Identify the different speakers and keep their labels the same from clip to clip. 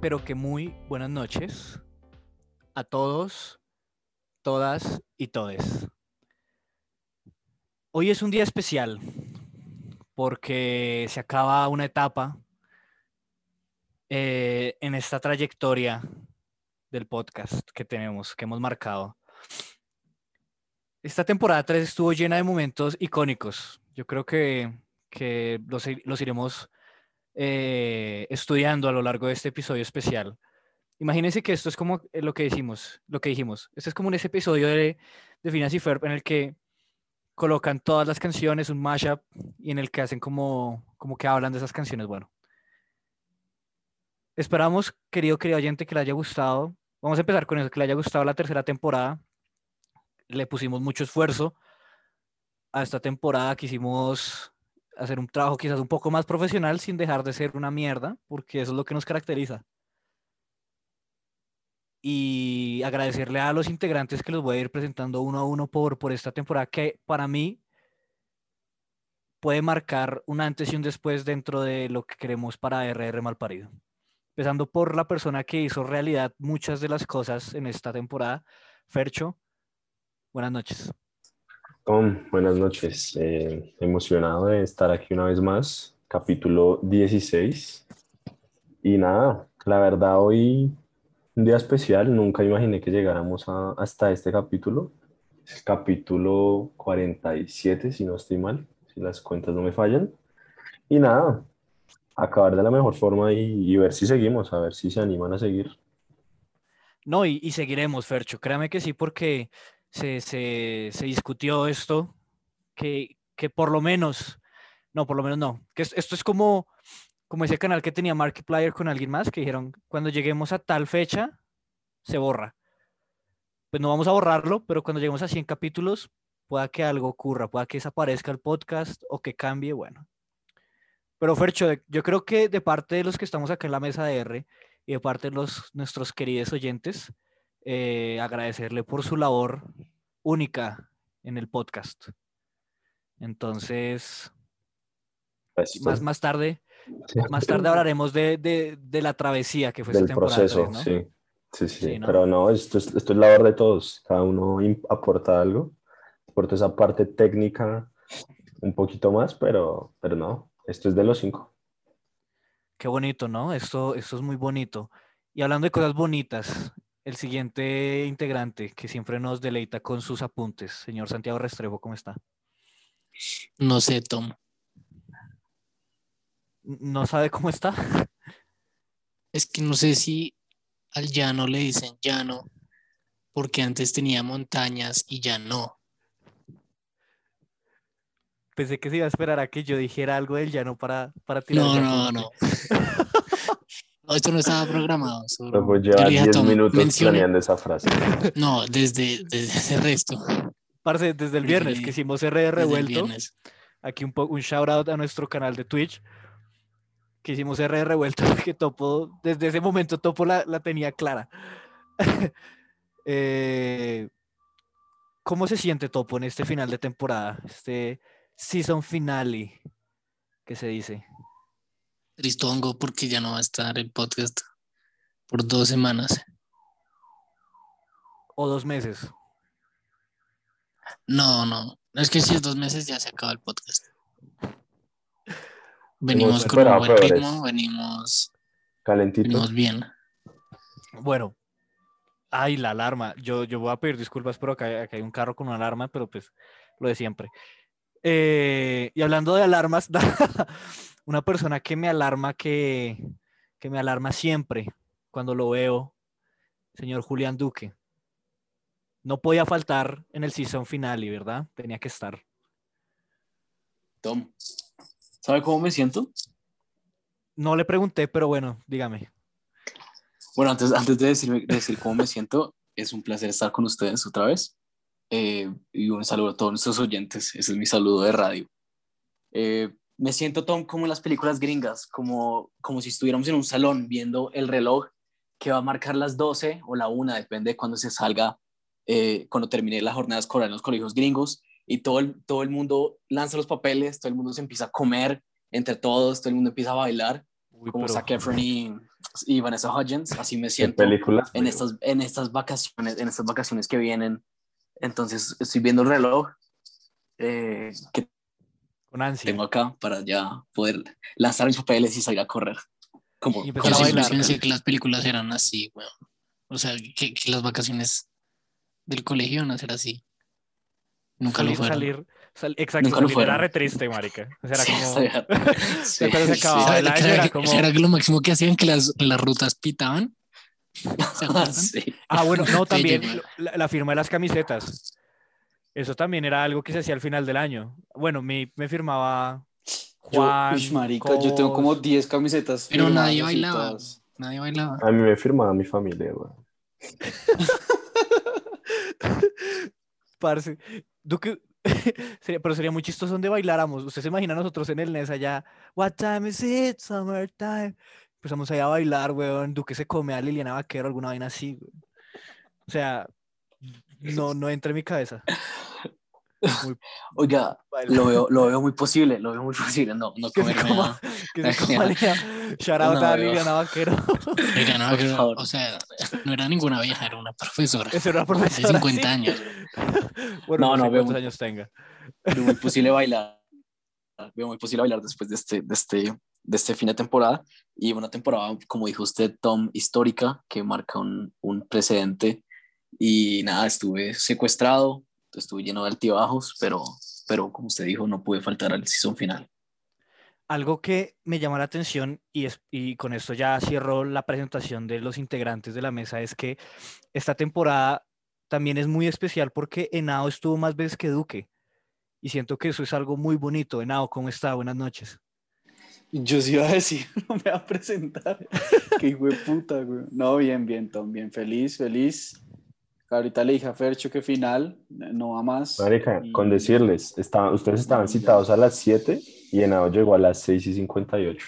Speaker 1: pero que muy buenas noches a todos, todas y todes. Hoy es un día especial porque se acaba una etapa eh, en esta trayectoria del podcast que tenemos, que hemos marcado. Esta temporada 3 estuvo llena de momentos icónicos. Yo creo que, que los, los iremos eh, estudiando a lo largo de este episodio especial. Imagínense que esto es como eh, lo que decimos, lo que dijimos. Este es como un episodio de, de Finas y Ferb en el que colocan todas las canciones, un mashup, y en el que hacen como, como que hablan de esas canciones. Bueno, esperamos, querido, querido oyente, que le haya gustado. Vamos a empezar con eso, que le haya gustado la tercera temporada. Le pusimos mucho esfuerzo a esta temporada, quisimos hacer un trabajo quizás un poco más profesional sin dejar de ser una mierda, porque eso es lo que nos caracteriza. Y agradecerle a los integrantes que los voy a ir presentando uno a uno por, por esta temporada, que para mí puede marcar un antes y un después dentro de lo que queremos para RR Malparido. Empezando por la persona que hizo realidad muchas de las cosas en esta temporada, Fercho. Buenas noches.
Speaker 2: Tom, buenas noches. Eh, emocionado de estar aquí una vez más, capítulo 16. Y nada, la verdad hoy un día especial, nunca imaginé que llegáramos a, hasta este capítulo, el capítulo 47, si no estoy mal, si las cuentas no me fallan. Y nada, acabar de la mejor forma y, y ver si seguimos, a ver si se animan a seguir.
Speaker 1: No, y, y seguiremos, Fercho, créame que sí, porque se, se, se, discutió esto, que, que, por lo menos, no, por lo menos no, que esto es como, como ese canal que tenía Markiplier con alguien más, que dijeron, cuando lleguemos a tal fecha, se borra. Pues no vamos a borrarlo, pero cuando lleguemos a 100 capítulos, pueda que algo ocurra, pueda que desaparezca el podcast o que cambie, bueno. Pero Fercho, yo creo que de parte de los que estamos acá en la mesa de R y de parte de los, nuestros queridos oyentes, eh, agradecerle por su labor única en el podcast. Entonces,
Speaker 2: Pues,
Speaker 1: Esto. más, más tarde, sí. más tarde hablaremos de, de, de, la travesía que fue
Speaker 2: Del
Speaker 1: esta
Speaker 2: temporada proceso,
Speaker 1: 3, pues, ¿no?
Speaker 2: sí. Sí, sí. sí ¿no? Pero no, esto es, esto es labor de todos. Cada uno aporta algo, aporta esa parte técnica un poquito más, pero, pero no, esto es de los cinco.
Speaker 1: Qué bonito, ¿no? Esto, esto es muy bonito. Y hablando de cosas bonitas, el siguiente integrante que siempre nos deleita con sus apuntes. Señor Santiago Restrepo, ¿cómo está?
Speaker 3: No sé, Tom.
Speaker 1: ¿No sabe cómo está?
Speaker 3: Es que no sé si al llano le dicen llano, porque antes tenía montañas y ya no.
Speaker 1: Pensé que se iba a esperar a que yo dijera algo del llano para, para tirar.
Speaker 3: No, no, no. No, esto no estaba programado. Solo...
Speaker 2: No, pues lleva 10 minutos mencione... planeando esa frase.
Speaker 3: No, desde, desde ese resto.
Speaker 1: Parce, desde el viernes desde, que hicimos R Revuelto. Aquí un, un shout out a nuestro canal de Twitch. Que hicimos R Revuelto, que Topo, desde ese momento Topo la, la tenía clara. eh, ¿Cómo se siente Topo en este final de temporada? Este season finale, que se dice
Speaker 3: tristongo porque ya no va a estar el podcast por dos semanas.
Speaker 1: O dos meses.
Speaker 3: No, no. Es que si es dos meses ya se acaba el podcast. Venimos con un buen ritmo, venimos.
Speaker 2: Calentito.
Speaker 3: Venimos bien.
Speaker 1: Bueno. Ay, la alarma. Yo, yo voy a pedir disculpas, pero acá, acá hay un carro con una alarma, pero pues lo de siempre. Eh, y hablando de alarmas, una persona que me alarma, que, que, me alarma siempre cuando lo veo, señor Julián Duque. No podía faltar en el season final, ¿verdad? Tenía que estar.
Speaker 4: Tom, ¿sabe cómo me siento?
Speaker 1: No le pregunté, pero bueno, dígame.
Speaker 4: Bueno, antes, antes de, decirme, de decir cómo me siento, es un placer estar con ustedes otra vez. Eh, y un saludo a todos nuestros oyentes. Ese es mi saludo de radio. Eh, me siento, Tom, como en las películas gringas, como, como si estuviéramos en un salón viendo el reloj que va a marcar las 12 o la 1, depende de cuando se salga, eh, cuando termine las jornadas escolar en los colegios gringos, y todo el, todo el mundo lanza los papeles, todo el mundo se empieza a comer entre todos, todo el mundo empieza a bailar, Uy, como Zac Efron y y Vanessa Hudgens, así me
Speaker 2: ¿Qué
Speaker 4: siento
Speaker 2: película?
Speaker 4: en estas, en estas vacaciones, en estas vacaciones que vienen. Entonces estoy viendo el reloj eh, que
Speaker 1: con ansia.
Speaker 4: tengo acá para ya poder lanzar mis papeles y salir a correr. Como,
Speaker 1: Y
Speaker 4: como
Speaker 1: empezar
Speaker 3: Pues Yo
Speaker 1: a
Speaker 4: si
Speaker 3: siempre
Speaker 1: bailar. pues,
Speaker 3: pensé que las películas eran así, weón. O sea, que, que las vacaciones del colegio iban a ser así. Nunca
Speaker 1: salir,
Speaker 3: lo fueron.
Speaker 1: Salir, sal- exacto,
Speaker 4: Nunca lo
Speaker 1: salir era
Speaker 4: fueron.
Speaker 1: re triste, marica. O sea, era
Speaker 4: Sí,
Speaker 1: como...
Speaker 4: sabía. Sí,
Speaker 1: Pero se
Speaker 4: sí.
Speaker 1: acababa.
Speaker 3: ¿Será,
Speaker 1: la-
Speaker 3: que-
Speaker 1: eso
Speaker 3: será
Speaker 1: era
Speaker 3: que-
Speaker 1: como-
Speaker 3: será que lo máximo que hacían que las, las rutas pitaban? ¿Se acuerdan?
Speaker 4: Sí.
Speaker 1: Ah, bueno, no,
Speaker 3: Sí,
Speaker 1: también
Speaker 3: llegó.
Speaker 1: la, la firma de las camisetas. Eso también era algo que se hacía al final del año. Bueno, mi, me firmaba Juan.
Speaker 4: yo, uy, marica, yo tengo como
Speaker 1: Cos.
Speaker 4: 10 camisetas.
Speaker 3: Pero nadie
Speaker 4: firmadas y
Speaker 3: bailaba.
Speaker 4: todas.
Speaker 3: Nadie bailaba.
Speaker 2: A mí me firmaba mi familia, güey.
Speaker 1: Parce. ¿tú qué- sería- pero sería muy chistoso donde bailáramos. Usted se imagina nosotros en el NES allá. What time is it? Summertime. Empezamos allá a bailar, weón. Duque se come a Liliana Vaquero, alguna vaina así, weón. O sea, no, no entra en mi cabeza. Muy
Speaker 4: Oiga,
Speaker 1: baila-
Speaker 4: lo veo, lo veo muy posible, lo veo muy posible. No, no
Speaker 1: que se
Speaker 4: comerme
Speaker 1: coma-
Speaker 4: nada.
Speaker 1: que se coma a Liliana. Shout out
Speaker 4: No,
Speaker 1: a
Speaker 4: yo-
Speaker 1: Liliana Vaquero.
Speaker 3: Oiga, no,
Speaker 4: Por
Speaker 3: pero,
Speaker 4: favor.
Speaker 3: o sea, no era ninguna vieja, era una profesora.
Speaker 1: Eso era
Speaker 3: de
Speaker 1: profesora.
Speaker 3: 50
Speaker 1: sí.
Speaker 3: años.
Speaker 1: Bueno, no,
Speaker 4: No, no,
Speaker 1: sé
Speaker 4: veo
Speaker 1: cuántos
Speaker 4: muy-
Speaker 1: años tenga.
Speaker 4: Veo muy posible bailar. Veo muy posible bailar después de este, de este, de este fin de temporada. Y una temporada, como dijo usted, Tom, histórica, que marca un, un precedente. Y nada, estuve secuestrado, estuve lleno de altibajos, pero, pero como usted dijo, no pude faltar al season final.
Speaker 1: Algo que me llama la atención y, es, y con esto ya cierro la presentación de los integrantes de la mesa es que esta temporada también es muy especial porque Henao estuvo más veces que Duque y siento que eso es algo muy bonito. Henao, ¿cómo está? Buenas noches.
Speaker 5: Yo sí iba a decir, no me va a presentar. Qué hijo de puta, güey. No, bien, bien, Tom, bien, feliz, feliz. Ahorita le dije a Fercho que final, no va más.
Speaker 2: Marica,
Speaker 5: Y-
Speaker 2: con decirles, estaba- ustedes estaban citados a las 7 y Henao llegó a las 6 y 58.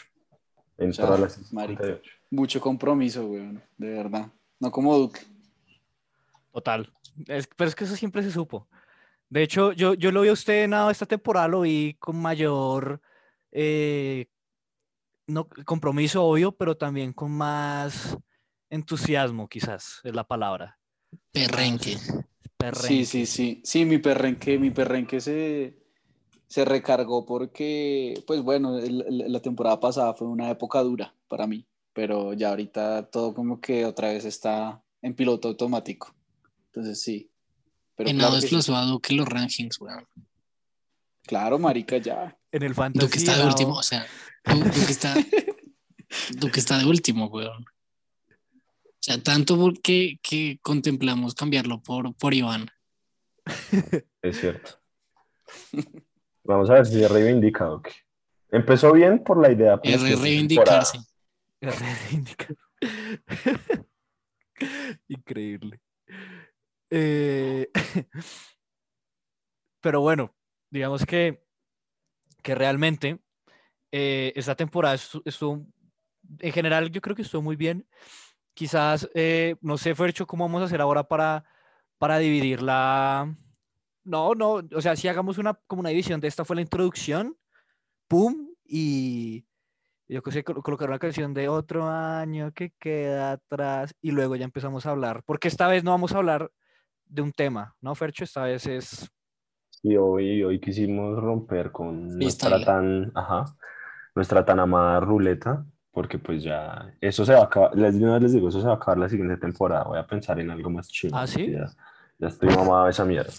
Speaker 2: Entró
Speaker 5: Ya,
Speaker 2: a las 6 y
Speaker 5: marica.
Speaker 2: 58.
Speaker 5: Mucho compromiso, güey, de verdad. No como Duque.
Speaker 1: Total. Es- pero es que eso siempre se supo. De hecho, yo, yo lo vi a usted Henao esta temporada, lo vi con mayor eh, no, compromiso, obvio, pero también con más entusiasmo, quizás, es la palabra.
Speaker 3: Perrenque.
Speaker 1: Perrenque.
Speaker 5: Sí, sí, sí. Sí, mi perrenque, mi perrenque se, se recargó porque, pues bueno, el- el- la temporada pasada fue una época dura para mí, pero ya ahorita todo como que otra vez está en piloto automático. Entonces sí. Pero
Speaker 3: En
Speaker 5: claro,
Speaker 3: nada
Speaker 5: que sí.
Speaker 3: desplazó a Duque en los rankings, weón.
Speaker 5: Claro, marica, ya.
Speaker 1: En el fantasy.
Speaker 3: Duque está de
Speaker 1: Henao-
Speaker 3: último, o sea, Du- Duque está, Duque está de último, weón. O sea, tanto porque que contemplamos cambiarlo por, por Iván. eh,
Speaker 2: Es cierto. Vamos a ver si se reivindica, Doc. Empezó bien por la idea. pues,
Speaker 3: Es
Speaker 2: de
Speaker 3: re-
Speaker 2: esta
Speaker 3: reivindicarse.
Speaker 1: Reivindicar. Increíble. Eh, pero bueno, digamos que, que realmente eh, esta temporada estu- estuvo, en general yo creo que estuvo muy bien. Quizás, eh, no sé, Fercho, cómo vamos a hacer ahora para, para dividir la... No, no, o sea, si hagamos una, como una división de esta fue la introducción, pum, y yo qué sé, col- colocar una canción de otro año que queda atrás y luego ya empezamos a hablar, porque esta vez no vamos a hablar de un tema, ¿no, Fercho? Esta vez es
Speaker 2: Y hoy, hoy quisimos romper con
Speaker 3: Freestyle.
Speaker 2: nuestra tan, ajá, nuestra tan amada ruleta, porque pues ya, eso se va a acabar, les, de una vez les digo, eso se va a acabar la siguiente temporada, voy a pensar en algo más chido.
Speaker 1: ¿Ah, sí?
Speaker 2: Ya, ya estoy mamado de esa mierda.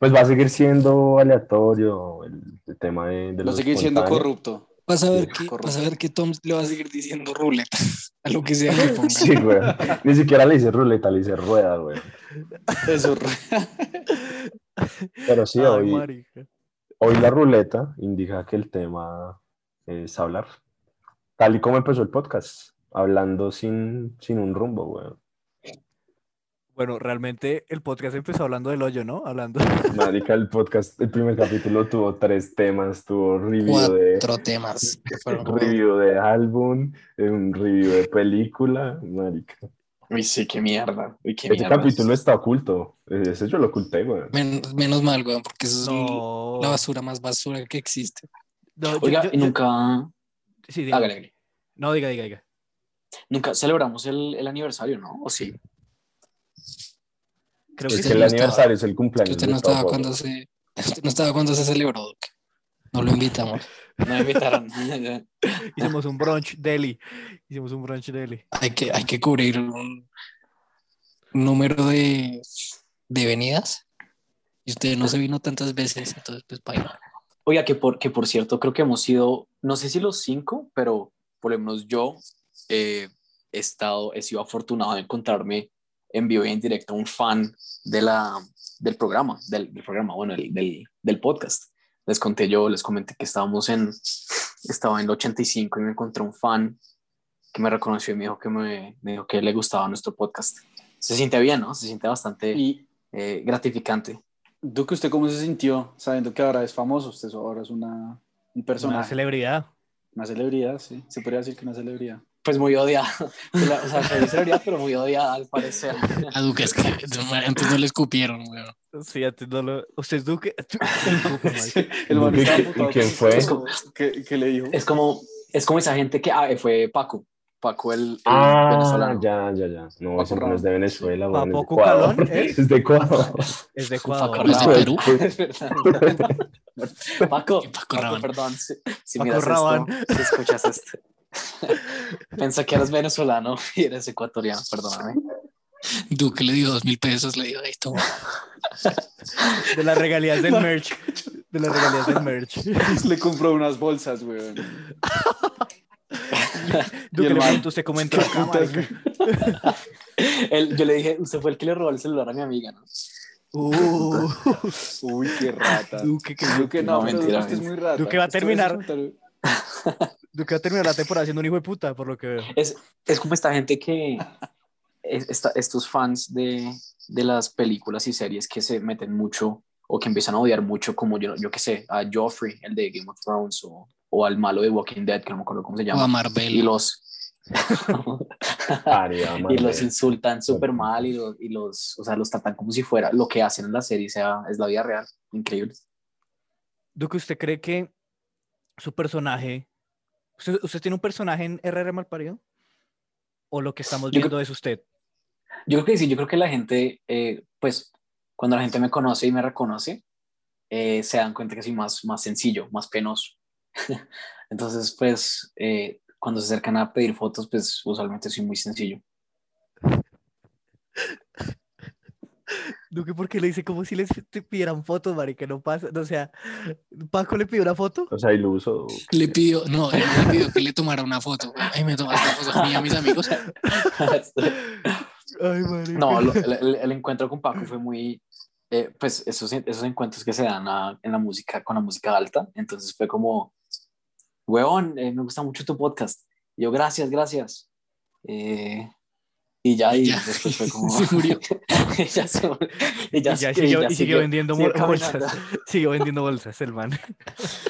Speaker 2: Pues va a seguir siendo aleatorio el, el tema de, de
Speaker 5: No
Speaker 2: lo
Speaker 5: seguir siendo
Speaker 2: espontáneo.
Speaker 5: corrupto.
Speaker 3: Vas a ver
Speaker 5: Sí,
Speaker 3: que,
Speaker 5: correcto.
Speaker 3: vas a ver que Tom le va a seguir diciendo ruleta a lo que sea que ponga.
Speaker 2: Sí, güey. Ni siquiera le hice ruleta, le hice rueda, güey.
Speaker 5: Eso. re-
Speaker 2: Pero sí,
Speaker 1: Ay,
Speaker 2: hoy,
Speaker 1: marica.
Speaker 2: Hoy la ruleta indica que el tema es hablar. Tal y como empezó el podcast, hablando sin, sin un rumbo, weón.
Speaker 1: Bueno, realmente el podcast empezó hablando del hoyo, ¿no? Hablando
Speaker 2: Marica, el podcast, el primer capítulo tuvo tres temas, tuvo review de,
Speaker 3: Cuatro temas. que fueron como-
Speaker 2: review de álbum, eh, un review de película, marica.
Speaker 4: Uy, sí, qué mierda. Uy,
Speaker 2: Ese
Speaker 4: qué
Speaker 3: pues,
Speaker 4: mierda.
Speaker 2: capítulo está oculto, ese yo lo oculté, weón.
Speaker 3: Men- menos mal, weón, porque eso es
Speaker 1: no.
Speaker 3: la basura más basura que existe.
Speaker 1: no, yo-
Speaker 4: Oiga,
Speaker 1: yo-
Speaker 4: y
Speaker 1: yo-
Speaker 4: nunca.
Speaker 1: sí, diga.
Speaker 4: Hágale.
Speaker 1: No, diga, diga, diga.
Speaker 4: Nunca celebramos el, el aniversario, ¿no? ¿O sí?
Speaker 1: Creo
Speaker 3: Pues
Speaker 2: Es
Speaker 1: que
Speaker 2: que
Speaker 3: no
Speaker 2: el
Speaker 3: estaba.
Speaker 2: aniversario es el
Speaker 3: Que
Speaker 2: cumpleaños.
Speaker 3: usted
Speaker 2: de
Speaker 3: no estaba
Speaker 2: Pau
Speaker 3: cuando
Speaker 2: Pau.
Speaker 3: se, usted no estaba cuando se celebró, Duque. No lo invitamos.
Speaker 4: No me invitaron.
Speaker 1: hicimos un brunch deli. Hicimos un brunch deli.
Speaker 3: Hay que, hay que cubrir un número de, de venidas. Y usted no se vino tantas veces, entonces pues paila.
Speaker 4: Oiga, que por, que por cierto, creo que hemos sido, no sé si los cinco, pero por lo menos yo eh, he estado, he sido afortunado de encontrarme en vivo y en directo a un fan de la, del programa, del, del programa, bueno, del, del, del podcast. Les conté yo, les comenté que estábamos en, estaba en el 85 y me encontré un fan que me reconoció y me dijo que, me, me dijo que le gustaba nuestro podcast. Se siente bien, ¿no? Se siente bastante
Speaker 5: Y
Speaker 4: eh, gratificante.
Speaker 5: Duque, ¿usted cómo se sintió sabiendo que ahora es famoso? Usted es- ahora es una, un
Speaker 1: Una
Speaker 5: personaje, una,
Speaker 1: celebridad.
Speaker 5: celebridad, sí. Se podría decir que una celebridad.
Speaker 4: Pues muy odiada. Pues O sea, feliz celebridad, pero muy odiada al parecer.
Speaker 3: A Duque es que antes no le escupieron, weón.
Speaker 1: Sí, antes no lo- Usted es Duque.
Speaker 5: El man
Speaker 2: Duque,
Speaker 5: estaba
Speaker 2: ¿y
Speaker 5: apuntado
Speaker 2: quién
Speaker 5: con-
Speaker 2: fue?
Speaker 5: es como- ¿Qué, qué le dijo?
Speaker 4: Es como, es como esa gente que ah, eh, fue Paco. Paco el, el
Speaker 2: Ah,
Speaker 4: venezolano.
Speaker 2: ya, ya, ya. No,
Speaker 5: Paco
Speaker 2: ese no es de Venezuela,
Speaker 1: Paco
Speaker 2: bueno, es de
Speaker 1: Calón,
Speaker 2: Ecuador.
Speaker 1: ¿es? es
Speaker 2: Es de Ecuador.
Speaker 1: de
Speaker 4: Paco
Speaker 1: Ecuador.
Speaker 3: ¿No es de
Speaker 4: Rabán.
Speaker 3: Perú?
Speaker 4: Es verdad. Paco,
Speaker 3: Paco
Speaker 4: Paco,
Speaker 3: Rabanne.
Speaker 4: perdón. Si, si
Speaker 1: Paco
Speaker 4: miras
Speaker 1: Rabanne.
Speaker 4: esto, si escuchas esto. Pensé que eras venezolano y eres ecuatoriano, perdóname.
Speaker 3: Duque le dio dos mil pesos, le dio esto.
Speaker 1: De las regalías del merch. De las regalías del merch.
Speaker 5: Le compró unas bolsas, weón.
Speaker 1: Duque
Speaker 5: el
Speaker 1: le
Speaker 5: man-
Speaker 1: preguntó usted cómo entró acá, marica?
Speaker 4: Él- yo le dije, usted fue el que le robó el celular a mi amiga, ¿no?
Speaker 1: Uh,
Speaker 5: Uy, qué rata.
Speaker 1: Duque, que-
Speaker 5: Duque, no,
Speaker 4: No,
Speaker 5: pero
Speaker 4: mentira,
Speaker 5: Duque es
Speaker 4: mentira.
Speaker 5: muy rata.
Speaker 1: Duque va a
Speaker 5: Esto-
Speaker 1: terminar.
Speaker 5: esto es un-
Speaker 1: Duque va a terminar la temporada siendo un hijo de puta, por lo que veo.
Speaker 4: Es, es como esta gente que, es- esta- estos fans de, de las películas y series que se meten mucho o que empiezan a odiar mucho, como yo, yo qué sé, a Joffrey, el de Game of Thrones, o, o al malo de Walking Dead, que no me acuerdo cómo se
Speaker 3: O a
Speaker 4: llama, y
Speaker 3: Marvel.
Speaker 4: los...
Speaker 2: Área,
Speaker 4: y
Speaker 2: madre.
Speaker 4: los insultan súper mal y los, y los, o sea, los tratan como si fuera lo que hacen en la serie, sea, es la vida real, increíble.
Speaker 1: Duque, ¿usted cree que su personaje... ¿Usted, usted tiene un personaje en RR Malparido? ¿O lo que estamos
Speaker 4: Yo creo-
Speaker 1: viendo es usted?
Speaker 4: Yo creo que sí, yo creo que la gente, eh, pues cuando la gente me conoce y me reconoce, eh, se dan cuenta que soy más, más sencillo, más penoso. Entonces, pues eh, cuando se acercan a pedir fotos, pues usualmente soy muy sencillo.
Speaker 1: Duque, porque le dice como si les te pidieran fotos, marica, no pasa, o sea, Paco le pidió una foto,
Speaker 2: O sea, iluso.
Speaker 3: Le pidió, no, él le pidió que le tomara una foto. Ay, me tomaste una foto a mí y a mis amigos.
Speaker 1: ay, marica.
Speaker 4: no, lo- el, el- el encuentro con Paco fue muy, eh, pues esos, esos encuentros que se dan a- en la música, con la música alta, entonces fue como, weón, eh, me gusta mucho tu podcast. Y yo, gracias, gracias. Eh, y ya, y
Speaker 3: Ya.
Speaker 4: después fue como...
Speaker 3: Se murió.
Speaker 4: y ya se murió. Y
Speaker 1: y ya,
Speaker 4: ya, y
Speaker 1: siguió,
Speaker 4: ya
Speaker 1: y siguió
Speaker 4: siguió-
Speaker 1: vendiendo
Speaker 4: siguió
Speaker 1: bol-
Speaker 4: caminando.
Speaker 1: bolsas, siguió vendiendo bolsas el man.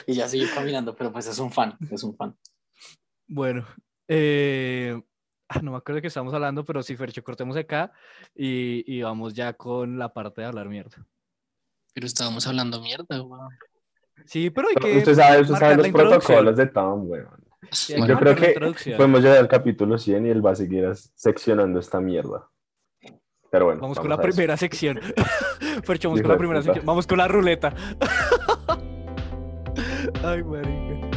Speaker 4: y ya siguió caminando, pero pues es un fan, es un fan.
Speaker 1: Bueno, eh, ah, no me acuerdo de qué estábamos hablando, pero sí, Fercho, cortemos acá y, y vamos ya con la parte de hablar mierda.
Speaker 3: Pero estábamos hablando mierda, weón.
Speaker 1: Sí, pero hay que
Speaker 2: Usted sabe, usted
Speaker 1: marcar
Speaker 2: sabe
Speaker 1: la
Speaker 2: los
Speaker 1: introducción.
Speaker 2: protocolos de Tom, weón.
Speaker 1: Sí, hay
Speaker 3: Bueno,
Speaker 2: Yo
Speaker 1: marcar
Speaker 2: creo
Speaker 1: la
Speaker 2: que
Speaker 1: introducción.
Speaker 2: Podemos llegar al capítulo 100 y él va a seguir as- seccionando esta mierda. Pero bueno.
Speaker 1: Vamos con la
Speaker 2: a eso.
Speaker 1: primera sección. Fercho, vamos con
Speaker 2: Hijo
Speaker 1: la
Speaker 2: de
Speaker 1: primera
Speaker 2: puta.
Speaker 1: sección. Vamos con la ruleta. Ay, marica.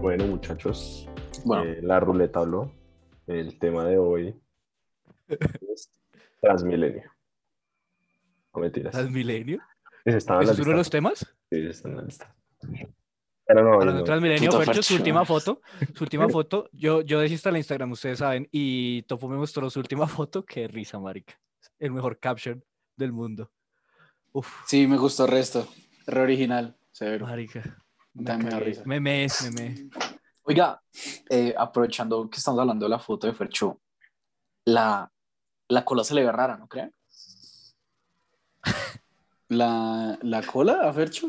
Speaker 2: Bueno, muchachos.
Speaker 4: Bueno,
Speaker 2: eh, la ruleta habló. El tema de hoy es Transmilenio. No mentiras.
Speaker 1: Transmilenio.
Speaker 2: Ese estaba en
Speaker 1: ¿Ese
Speaker 2: Ah, la
Speaker 1: es uno de los
Speaker 2: lista.
Speaker 1: temas?
Speaker 2: Sí, ese está en la lista. Pero no,
Speaker 1: Hablando de
Speaker 2: no.
Speaker 1: Transmilenio,
Speaker 4: Puta
Speaker 1: Fercho, su
Speaker 4: Fercho.
Speaker 1: última foto, su última foto, yo, yo desinstalé Instagram, ustedes saben, y Topo me mostró su última foto, qué risa, marica. El mejor caption del mundo. Uf,
Speaker 5: Sí, me gustó el resto. Re original, severo.
Speaker 1: marica. me
Speaker 5: Dame una
Speaker 1: cagué.
Speaker 5: risa.
Speaker 1: Meme, meme.
Speaker 4: oiga, eh, aprovechando que estamos hablando de la foto de Fercho, la, la cola se le ve rara, ¿no creen?
Speaker 5: ¿La, la cola, a Fercho?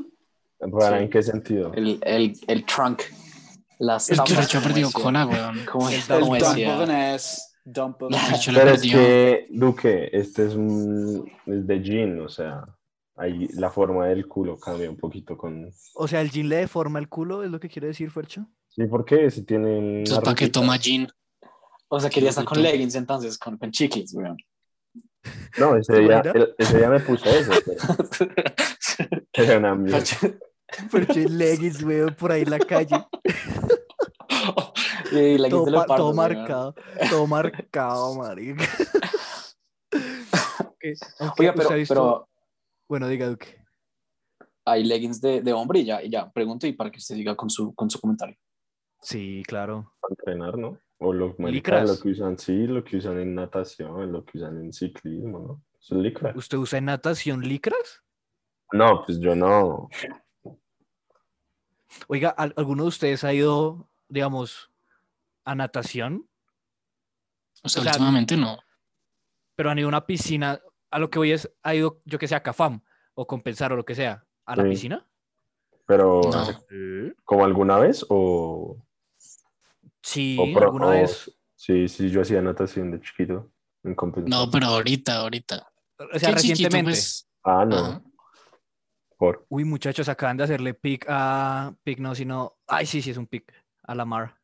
Speaker 2: ¿Rara
Speaker 4: Sí.
Speaker 2: en qué sentido?
Speaker 4: el, el, el trunk, las
Speaker 3: El
Speaker 4: tapas,
Speaker 3: Fercho
Speaker 4: como
Speaker 3: perdió
Speaker 4: decía-
Speaker 3: cola, weón.
Speaker 4: Como,
Speaker 1: El
Speaker 4: como
Speaker 1: dump.
Speaker 4: decía,
Speaker 5: Dumpogonés, dumpogonés.
Speaker 3: El Fercho la
Speaker 2: Pero es
Speaker 3: perdió.
Speaker 2: que, Duque, este es, un, es de Jean, o sea, Ahí la forma del culo cambia un poquito con...
Speaker 1: O sea, el gin le deforma el culo, es lo que quiere decir, Fercho.
Speaker 2: Sí, porque si tienen...
Speaker 3: Entonces, ¿para qué
Speaker 2: que
Speaker 3: toma gin?
Speaker 4: O sea, quería estar
Speaker 3: Sí,
Speaker 4: con
Speaker 3: tú.
Speaker 4: leggings entonces, con, con chiquis, weón.
Speaker 2: No, ese
Speaker 1: ¿Te
Speaker 2: día,
Speaker 1: imaginas?
Speaker 2: el- ese día me puse eso. pero Era una mierda.
Speaker 1: Fercho y leggings, weón, por ahí en la calle.
Speaker 4: y leggings
Speaker 1: todo, pa-
Speaker 4: de leopardo,
Speaker 1: todo
Speaker 4: weón.
Speaker 1: marcado, todo marcado, marica. Ok, aunque
Speaker 4: Oiga,
Speaker 1: usted
Speaker 4: pero,
Speaker 1: ha visto-
Speaker 4: pero
Speaker 1: Bueno, diga Duque.
Speaker 4: hay leggings de, de hombre y ya, y ya, pregunto y para que usted diga con su, con su comentario.
Speaker 1: Sí, claro.
Speaker 2: para entrenar, ¿no? O lo, marica,
Speaker 1: Licras.
Speaker 2: lo que usan, sí, lo que usan en natación, lo que usan en ciclismo, ¿no? Es licra.
Speaker 1: ¿Usted usa en natación licras?
Speaker 2: No, pues yo no.
Speaker 1: Oiga, ¿al- ¿alguno de ustedes ha ido, digamos, a natación?
Speaker 3: O sea,
Speaker 1: O sea,
Speaker 3: últimamente no.
Speaker 1: Pero han ido a una piscina, a lo que voy es, ha ido, yo que sé, a Cafam o Compensar o lo que sea, a la
Speaker 2: Sí.
Speaker 1: piscina.
Speaker 2: Pero,
Speaker 3: No.
Speaker 2: hace- ¿como alguna vez? O
Speaker 1: Sí,
Speaker 2: O pro-
Speaker 1: alguna
Speaker 2: o-
Speaker 1: vez.
Speaker 2: sí, sí, yo hacía natación de chiquito. En compensación.
Speaker 3: No, pero ahorita, ahorita.
Speaker 1: O sea,
Speaker 3: Qué chiquito,
Speaker 1: recientemente.
Speaker 3: pues.
Speaker 2: Ah, no.
Speaker 3: Ajá.
Speaker 2: Por.
Speaker 1: Uy, muchachos, acaban de hacerle pick a. Pick no, sino. Ay, sí, sí, es un pick. A Lamar.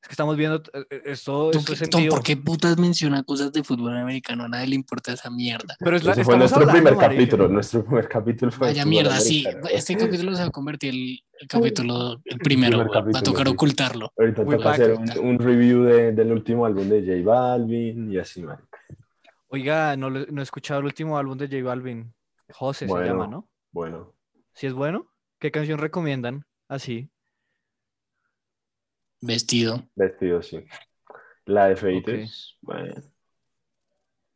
Speaker 1: Es que estamos viendo. eh, eh, Esto,
Speaker 3: ¿Tú
Speaker 1: esto es
Speaker 3: qué- Tom,
Speaker 1: sentido.
Speaker 3: ¿por qué putas menciona cosas de fútbol americano? A nadie le importa esa mierda.
Speaker 1: Pero
Speaker 5: Pues
Speaker 1: es la-
Speaker 2: Ese fue
Speaker 1: estamos
Speaker 2: nuestro
Speaker 1: hablando,
Speaker 2: primer
Speaker 1: marica.
Speaker 2: capítulo. Nuestro primer capítulo fue.
Speaker 3: Vaya
Speaker 2: Pues, fútbol
Speaker 3: mierda, sí.
Speaker 2: americano.
Speaker 3: Este capítulo se va a convertir en el, capítulo, el primero.
Speaker 2: Primer
Speaker 3: güey. Va a
Speaker 2: capítulo,
Speaker 3: tocar
Speaker 2: sí.
Speaker 3: ocultarlo.
Speaker 2: Ahorita
Speaker 1: Muy
Speaker 2: toca
Speaker 1: bacán.
Speaker 2: hacer un, un review de- del último álbum de J Balvin y así, man.
Speaker 1: Oiga, no, lo- no he escuchado el último álbum de J Balvin. José
Speaker 2: Bueno.
Speaker 1: se llama, ¿no?
Speaker 2: Bueno,
Speaker 1: Si es bueno, ¿qué canción recomiendan? Así.
Speaker 3: Vestido.
Speaker 2: vestido sí. La de Feites.
Speaker 1: Ok.
Speaker 2: Bueno.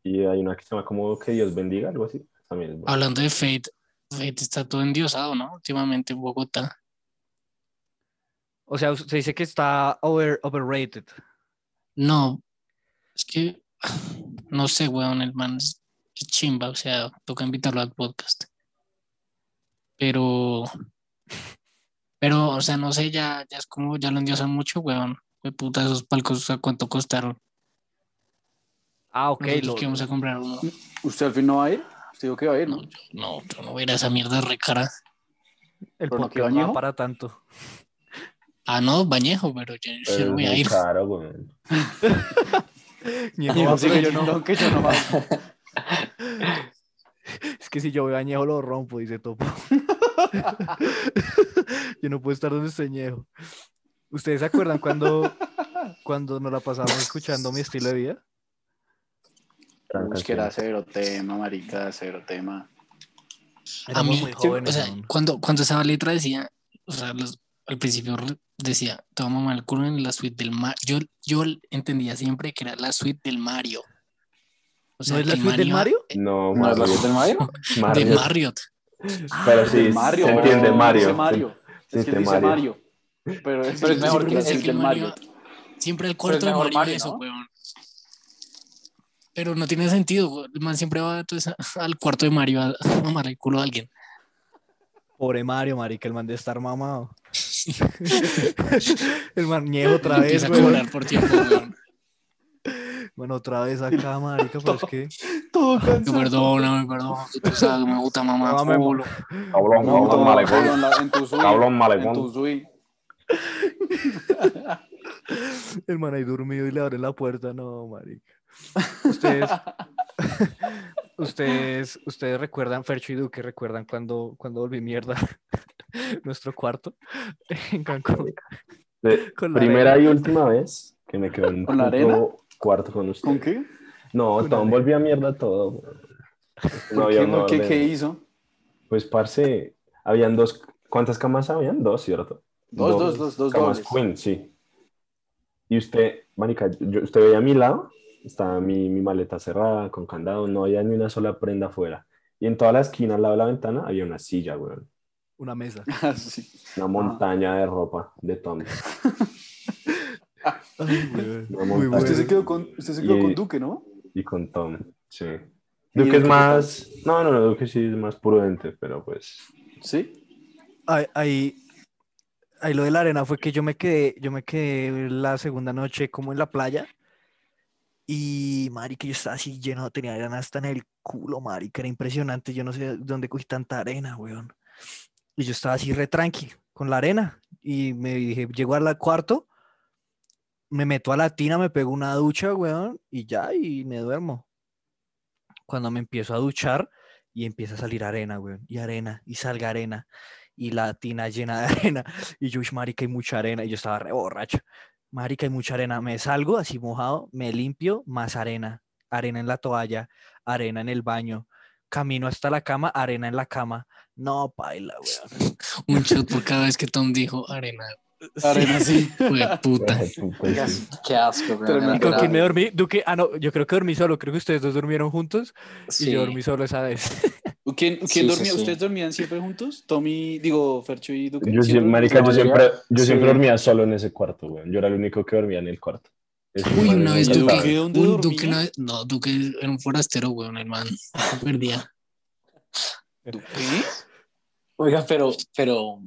Speaker 2: Y hay una que se llama como Que Dios bendiga, algo así. También es buena.
Speaker 3: Hablando de Fate, Fate está todo endiosado, ¿no? Últimamente en Bogotá.
Speaker 1: O sea, se dice que está over, overrated.
Speaker 3: No, es que no sé, weón, el man es qué chimba, o sea, toca invitarlo al podcast. Pero, pero, o sea, no sé, ya, ya es como, ya lo endiosan mucho, weón. De puta, esos palcos, ¿a cuánto costaron?
Speaker 1: Ah, ok.
Speaker 3: Nosotros
Speaker 1: lo-
Speaker 3: que íbamos a comprar uno.
Speaker 5: ¿Usted al fin no va a ir? Usted dijo que va a ir, ¿no?
Speaker 3: No, yo no, yo no voy a ir a esa mierda recara.
Speaker 1: el
Speaker 5: ¿Pero no quedó
Speaker 1: podcast no da
Speaker 5: añejo?
Speaker 1: para tanto.
Speaker 3: Ah, no, Bañejo, pero yo, yo
Speaker 2: Pero
Speaker 3: no
Speaker 2: es
Speaker 3: voy a
Speaker 2: muy
Speaker 3: ir.
Speaker 2: caro, güey.
Speaker 1: Ñejo
Speaker 5: Digo,
Speaker 1: va,
Speaker 5: sí,
Speaker 1: pero
Speaker 5: que
Speaker 1: yo
Speaker 5: yo
Speaker 1: no.
Speaker 5: no, que yo no va.
Speaker 1: Es que si yo veo añejo lo rompo, dice Topo. yo no puedo estar donde esté Ñejo. ¿Ustedes se acuerdan cuando, cuando nos la pasábamos escuchando mi estilo de vida?
Speaker 2: Gran
Speaker 5: Uy, Pues que era
Speaker 2: canción.
Speaker 5: cero tema, marica, cero tema.
Speaker 3: A
Speaker 1: Éramos
Speaker 3: mí,
Speaker 1: muy
Speaker 3: sí,
Speaker 1: jóvenes.
Speaker 3: o sea,
Speaker 1: aún.
Speaker 3: cuando, cuando esa letra decía, o sea, los- al principio re- decía, toma mamá el culo en la suite del Mario. Yo, yo entendía siempre que era la suite del Mario. O
Speaker 1: ¿No es la suite del Mario?
Speaker 2: No,
Speaker 4: ¿No es la
Speaker 2: Mario.
Speaker 4: suite del Mario?
Speaker 3: De
Speaker 2: Mario.
Speaker 3: Marriott.
Speaker 2: Pero sí,
Speaker 5: Del Mario,
Speaker 2: se entiende
Speaker 5: weón,
Speaker 2: Mario.
Speaker 5: dice Mario.
Speaker 2: Se-
Speaker 5: Es
Speaker 2: se
Speaker 5: que él dice
Speaker 2: entiende
Speaker 5: Mario. Pero es,
Speaker 4: Pero es mejor
Speaker 5: mejor
Speaker 4: que
Speaker 5: que
Speaker 4: la
Speaker 5: decir
Speaker 4: suite
Speaker 5: del Mario.
Speaker 3: Siempre el
Speaker 4: es
Speaker 3: cuarto del
Speaker 4: mejor
Speaker 3: Mario,
Speaker 4: Mario,
Speaker 3: eso,
Speaker 4: ¿no?
Speaker 3: weón. Pero no tiene sentido, weón. el man siempre va entonces, al cuarto de Mario a a mamar el culo a alguien.
Speaker 1: Pobre Mario, marica, el man de estar mamado. el man Ñejo otra
Speaker 3: Y
Speaker 1: vez,
Speaker 3: empieza a
Speaker 1: weón.
Speaker 3: cobrar por tiempo, weón.
Speaker 1: Bueno, otra vez acá, marica, pero es que...
Speaker 5: Todo
Speaker 3: Te
Speaker 5: cansado.
Speaker 3: perdona, me perdona, que tú sabes que me gusta mamá.
Speaker 1: Mamá, me-
Speaker 3: culo.
Speaker 2: Cabrón, cabrón,
Speaker 5: No, no,
Speaker 2: malecón.
Speaker 5: en la- en tu sui.
Speaker 2: Cabrón,
Speaker 5: En
Speaker 2: malecón.
Speaker 5: tu sui.
Speaker 1: El man ahí dormido y le abre la puerta, no, marica. Ustedes, ustedes, ustedes recuerdan, Fercho y Duque, recuerdan cuando, cuando volví mierda nuestro cuarto en Cancún.
Speaker 2: De-
Speaker 1: Con la
Speaker 2: Primera
Speaker 1: arena.
Speaker 2: y última vez que me quedé en un
Speaker 5: ¿Con la arena?
Speaker 2: puto cuarto con usted.
Speaker 5: ¿Con qué?
Speaker 2: No,
Speaker 1: Con
Speaker 2: Tom
Speaker 1: arena.
Speaker 2: volvía a mierda todo. güey. No
Speaker 5: ¿Por
Speaker 2: había
Speaker 5: qué?
Speaker 2: un
Speaker 5: ¿Por qué?
Speaker 2: orden.
Speaker 5: ¿Qué hizo?
Speaker 2: Pues, parce, habían dos. ¿Cuántas camas habían? Dos, ¿cierto?
Speaker 5: Dos, dos, dos, dos
Speaker 2: Camas
Speaker 5: dobles.
Speaker 2: Queen, sí. Y usted, Marica, yo- usted veía a mi lado, estaba mi, mi maleta cerrada, con candado, no había ni una sola prenda afuera. Y en toda la esquina, al lado de la ventana, había una silla, güey.
Speaker 1: Una mesa.
Speaker 5: Ah, sí.
Speaker 2: Una montaña de ropa de Tom.
Speaker 1: Ay, güey,
Speaker 2: Una
Speaker 1: muy
Speaker 2: montaña.
Speaker 5: Ah, Usted
Speaker 1: bueno.
Speaker 5: se quedó con, usted se quedó
Speaker 2: Y-
Speaker 5: con Duque, ¿no?
Speaker 2: Y con Tom, sí.
Speaker 5: ¿Y
Speaker 2: Duque es
Speaker 5: Duque
Speaker 2: más. No, no, no, Duque sí es más prudente, pero pues.
Speaker 5: Sí.
Speaker 1: Ahí, ahí, ahí lo de la arena fue que yo me quedé, yo me quedé la segunda noche como en la playa Y, marica, yo estaba así lleno, tenía arena hasta en el culo, marica, era impresionante, yo no sé dónde cogí tanta arena, weón. Y yo estaba así re tranqui con la arena y me dije, llego al cuarto, me meto a la tina, me pego una ducha, weón, y ya, y me duermo. Cuando me empiezo a duchar y empieza a salir arena, weón, y arena, y salga arena, y la tina llena de arena, y yo, "Uy, marica, hay mucha arena, y yo estaba re borracho. Marica, hay mucha arena. Me salgo así mojado, me limpio, más arena. Arena en la toalla, arena en el baño. Camino hasta la cama, arena en la cama. No, paila, weón.
Speaker 3: Un shot por cada vez que Tom dijo arena.
Speaker 5: Arena, Ah, sí.
Speaker 3: Fue puta.
Speaker 2: Puta, eh, pues, sí.
Speaker 4: Qué asco, weón,
Speaker 5: Tremendo.
Speaker 4: la
Speaker 1: ¿Con
Speaker 4: verdad.
Speaker 1: quién me dormí? Duque, ah, no, yo creo que dormí solo. Creo que ustedes dos durmieron juntos
Speaker 4: Sí.
Speaker 1: y yo dormí solo esa vez.
Speaker 5: ¿Quién, quién
Speaker 4: Sí, sí,
Speaker 5: dormía?
Speaker 4: sí.
Speaker 5: ¿Ustedes dormían siempre juntos? Tommy, digo, Fercho y Duque.
Speaker 2: Yo
Speaker 5: ¿sí
Speaker 2: siempre,
Speaker 5: dormían?
Speaker 2: marica,
Speaker 4: La
Speaker 2: yo
Speaker 4: mayoría-
Speaker 2: siempre, yo
Speaker 4: sí.
Speaker 2: siempre dormía solo en ese cuarto, weón. Yo era el único que dormía en el cuarto. Esos
Speaker 3: Uy,
Speaker 2: manes
Speaker 3: una
Speaker 2: me
Speaker 3: vez
Speaker 5: Duque.
Speaker 2: encantaban.
Speaker 3: Duque.
Speaker 5: ¿Dónde
Speaker 3: un
Speaker 5: dormía?
Speaker 3: Duque una vez- No, Duque era un forastero, weón, hermano. Se perdía.
Speaker 4: ¿Qué? Oiga, pero, pero.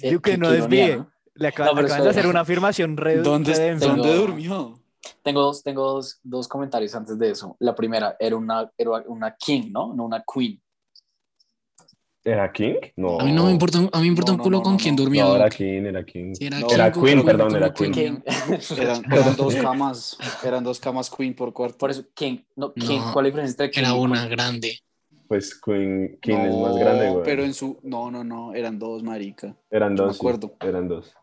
Speaker 4: eh,
Speaker 1: Duque,
Speaker 4: qué-
Speaker 1: no
Speaker 4: qué
Speaker 1: desvíe.
Speaker 4: ironía, ¿no?
Speaker 1: Le acaba-
Speaker 4: No, pero
Speaker 1: acaban de
Speaker 4: espera.
Speaker 1: hacer una afirmación re
Speaker 5: ¿Dónde,
Speaker 1: re densa.
Speaker 5: dónde
Speaker 4: Tengo-
Speaker 5: durmió?
Speaker 4: Tengo dos, tengo dos, dos comentarios antes de eso. La primera, era una, era una king, ¿no? No una queen.
Speaker 2: ¿Era King? No.
Speaker 3: A mí no me importa, a mí me importa
Speaker 5: Oh. No,
Speaker 3: un
Speaker 5: no,
Speaker 3: culo
Speaker 5: no,
Speaker 3: con
Speaker 5: no,
Speaker 3: quién
Speaker 5: no.
Speaker 3: dormía.
Speaker 2: No, era
Speaker 3: Duque.
Speaker 2: King, era King.
Speaker 3: Sí, era
Speaker 5: No,
Speaker 3: King,
Speaker 2: era
Speaker 3: Duque,
Speaker 2: Queen,
Speaker 3: Duque,
Speaker 2: perdón,
Speaker 3: Duque,
Speaker 2: era
Speaker 3: Duque,
Speaker 2: Queen.
Speaker 3: Duque.
Speaker 4: King.
Speaker 5: Eran, eran dos camas. Eran dos camas queen por cuarto.
Speaker 4: Por eso, king. No, king.
Speaker 3: No,
Speaker 4: ¿Cuál es la diferencia entre king?
Speaker 3: Era
Speaker 4: y
Speaker 3: una grande.
Speaker 2: Pues Queen, King es
Speaker 5: No,
Speaker 2: más grande, weón.
Speaker 5: Pero en su. No, no, no. Eran dos, marica.
Speaker 2: Eran
Speaker 5: yo me
Speaker 2: dos. sí,
Speaker 5: acuerdo.
Speaker 2: eran dos.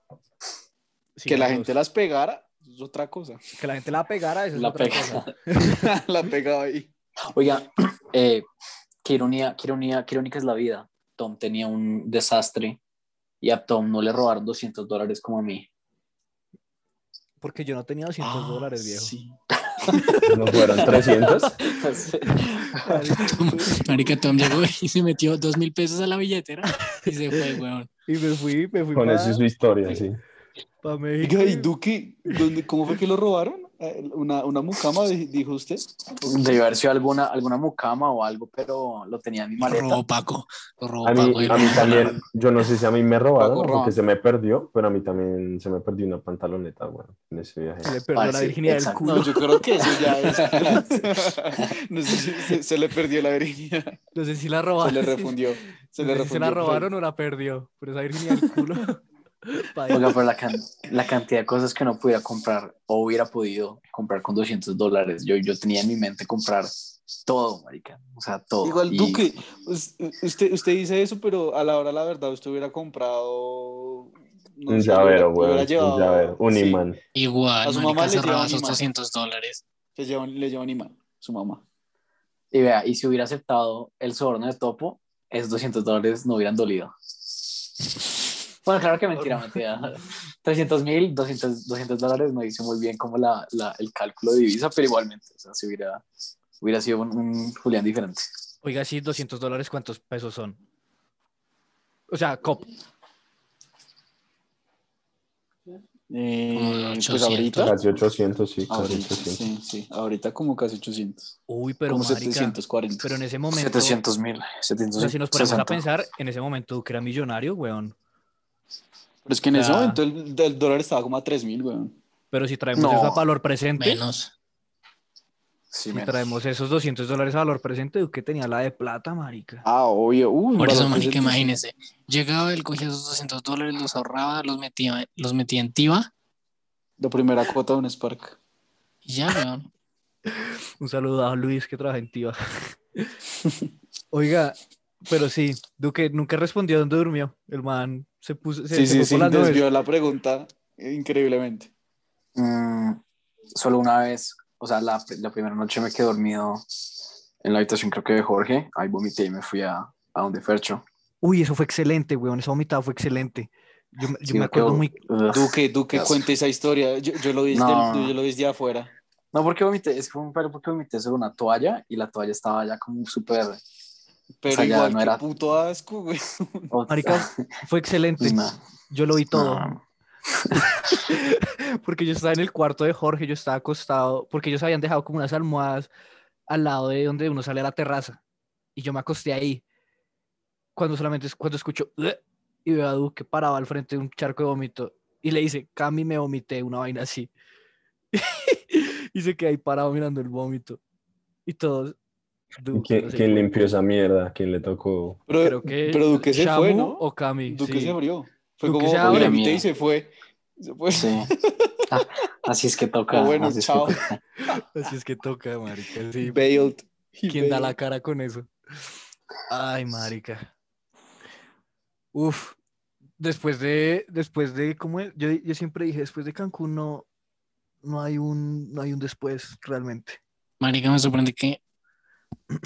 Speaker 1: Sí,
Speaker 5: que la
Speaker 1: Dios.
Speaker 5: gente las pegara es otra cosa.
Speaker 1: Que la gente la pegara, eso es
Speaker 4: La
Speaker 1: otra
Speaker 4: pega.
Speaker 1: cosa.
Speaker 5: la pegaba ahí.
Speaker 4: Oiga, eh, qué ironía, qué ironía, qué irónica es la vida. Tom tenía un desastre y a Tom no le robaron 200 dólares como a mí.
Speaker 1: Porque yo no tenía 200
Speaker 5: Ah,
Speaker 1: dólares, viejo.
Speaker 5: sí.
Speaker 2: ¿No fueron 300?
Speaker 3: Tom- Marica Tom llegó y se metió dos mil pesos a la billetera y se fue, weón.
Speaker 1: Y me fui, me fui
Speaker 2: Con
Speaker 1: para,
Speaker 2: eso es su historia, sí.
Speaker 1: México.
Speaker 5: Oiga, ¿y Duque? ¿Dónde, ¿Cómo fue que lo robaron? Eh, Una, una mucama, di- dijo usted.
Speaker 4: Debe haber sido alguna, alguna mucama o algo, pero lo tenía en mi
Speaker 3: Lo
Speaker 4: maleta.
Speaker 3: robó Paco. Lo robó
Speaker 2: A mí,
Speaker 3: Paco. y
Speaker 2: a
Speaker 3: lo
Speaker 2: mí
Speaker 3: robaron.
Speaker 2: también, yo no sé si a mí me robaron
Speaker 5: Paco
Speaker 2: o
Speaker 5: Ron.
Speaker 2: porque se me perdió, pero a mí también se me perdió una pantaloneta, weón, en ese viaje.
Speaker 1: Le perdonó la
Speaker 4: Parce,
Speaker 1: virginidad del
Speaker 4: exacto.
Speaker 1: culo.
Speaker 5: No, yo creo que eso ya es. No sé si se, se le perdió la virginidad.
Speaker 1: No sé si la
Speaker 5: Se
Speaker 1: robaron.
Speaker 5: le refundió. Se
Speaker 1: No
Speaker 5: le
Speaker 1: sé si se la
Speaker 5: refundió.
Speaker 1: robaron o la perdió. Pero esa virginidad del culo. Pa' Dios.
Speaker 4: Oiga, pero la, can- la cantidad de cosas que no pudiera comprar o hubiera podido comprar con 200 dólares. Yo, yo tenía en mi mente comprar todo, marica. O sea, todo.
Speaker 5: Igual
Speaker 4: Y-
Speaker 5: Duque, us- usted, usted dice eso, pero a la hora, la verdad, usted hubiera comprado. no
Speaker 2: un
Speaker 5: sé,
Speaker 2: llavero,
Speaker 5: hubiera- hubiera
Speaker 2: weón.
Speaker 5: llevado-
Speaker 2: Un llavero, un
Speaker 5: sí,
Speaker 2: imán.
Speaker 3: Igual,
Speaker 5: A su
Speaker 3: Marica
Speaker 5: mamá le
Speaker 3: se robó
Speaker 5: llevan
Speaker 3: esos
Speaker 5: imán.
Speaker 3: 200 dólares.
Speaker 5: le llevan- le llevan imán, su mamá.
Speaker 4: Y vea, y si hubiera aceptado el soborno de Topo, esos 200 dólares no hubieran dolido. Bueno, claro que mentira, mentira. 300 mil, 200, 200 dólares no hice muy bien como la, la- el cálculo de divisa, pero igualmente, o sea, si hubiera, hubiera sido un, un Julián diferente.
Speaker 1: Oiga, sí, 200 dólares, ¿cuántos pesos son? O sea, cop.
Speaker 3: Como de
Speaker 5: Eh, pues
Speaker 3: 800.
Speaker 5: ahorita.
Speaker 2: Casi 800, sí, casi
Speaker 5: Ahorita,
Speaker 2: 800.
Speaker 5: Ah, sí, sí. Ahorita como casi 800.
Speaker 1: Uy, pero
Speaker 5: como
Speaker 1: marica.
Speaker 5: 740.
Speaker 1: Pero en ese momento.
Speaker 4: 700 mil,
Speaker 1: O
Speaker 4: 700
Speaker 1: sea, si nos ponemos a pensar, en ese momento que era millonario, weón.
Speaker 5: Pero es que en
Speaker 1: o
Speaker 5: ese
Speaker 1: sea-
Speaker 5: momento el, el dólar estaba como a 3000, weón.
Speaker 1: Pero si traemos
Speaker 4: No.
Speaker 1: eso a valor presente,
Speaker 3: Menos.
Speaker 1: si
Speaker 4: Sí, menos.
Speaker 1: traemos esos 200 dólares a valor presente, Duque tenía la de plata, marica.
Speaker 5: Ah, obvio. Uy,
Speaker 3: Por eso,
Speaker 5: valor
Speaker 3: marica,
Speaker 5: presente.
Speaker 3: imagínese. Llegaba, él cogía esos 200 dólares, los ahorraba, los metía, los metía en tiba
Speaker 5: La primera cuota de un Spark.
Speaker 3: y ya, weón.
Speaker 1: Un saludo a Luis que trabaja en Tiva. Oiga, pero sí, Duque nunca respondió dónde durmió. El man se puso. Se,
Speaker 5: Sí,
Speaker 1: se
Speaker 5: sí,
Speaker 1: fue
Speaker 5: sí.
Speaker 1: por las nubes.
Speaker 5: Desvió la pregunta eh, increíblemente.
Speaker 4: Mm, solo una vez, o sea, la, la primera noche me quedé dormido en la habitación, creo que de Jorge. Ahí vomité y me fui a, a donde Fercho.
Speaker 1: Uy, eso fue excelente, weón. Esa vomitada fue excelente. Yo, me- yo
Speaker 4: Sí,
Speaker 1: me acuerdo
Speaker 4: quedó-
Speaker 1: muy.
Speaker 4: Ugh.
Speaker 5: Duque, Duque,
Speaker 4: Dios.
Speaker 5: cuente esa historia. Yo, yo lo vi desde,
Speaker 4: No.
Speaker 5: yo lo vi desde afuera.
Speaker 4: No, porque vomité, es como, pero porque vomité sobre una toalla y la toalla estaba ya como súper.
Speaker 5: Pero
Speaker 4: O sea, ya
Speaker 5: igual,
Speaker 4: no
Speaker 5: qué
Speaker 4: era-
Speaker 5: puto asco, güey.
Speaker 1: Marica, fue excelente.
Speaker 4: No,
Speaker 1: Yo lo vi todo.
Speaker 4: no.
Speaker 1: Porque yo estaba en el cuarto de Jorge, yo estaba acostado. Porque ellos habían dejado como unas almohadas al lado de donde uno sale a la terraza. Y yo me acosté ahí. Cuando solamente es- cuando escucho. "Ugh", Y veo a Duque parado al frente de un charco de vómito. Y le dice, Cami, me vomité, una vaina así. y se queda ahí parado mirando el vómito. Y todos.
Speaker 2: ¿Y
Speaker 1: "Dude,
Speaker 2: ¿Quién,
Speaker 1: no sé,
Speaker 2: quién limpió esa mierda? ¿Quién le tocó?
Speaker 5: Pero,
Speaker 1: creo que
Speaker 5: pero Duque se fue,
Speaker 1: Shamu
Speaker 5: ¿no?
Speaker 1: O Cami.
Speaker 5: Duque
Speaker 1: sí.
Speaker 5: se abrió. Fue
Speaker 1: Duque
Speaker 5: como,
Speaker 1: se
Speaker 5: "Oye,
Speaker 1: abre".
Speaker 5: grité
Speaker 4: Mía.
Speaker 5: y se fue. Se fue.
Speaker 4: Sí. Ah, así es que toca.
Speaker 5: Bueno,
Speaker 4: así es que
Speaker 5: chao.
Speaker 4: toca.
Speaker 1: Así es que toca, marica. Sí.
Speaker 5: Bailed. He
Speaker 1: ¿Quién da la
Speaker 5: bailed.
Speaker 1: cara con eso? Ay, marica. Uf. Después de, después de, ¿cómo es? Yo, yo siempre dije, después de Cancún no, no hay un, no hay un después realmente.
Speaker 3: Marica, me sorprende que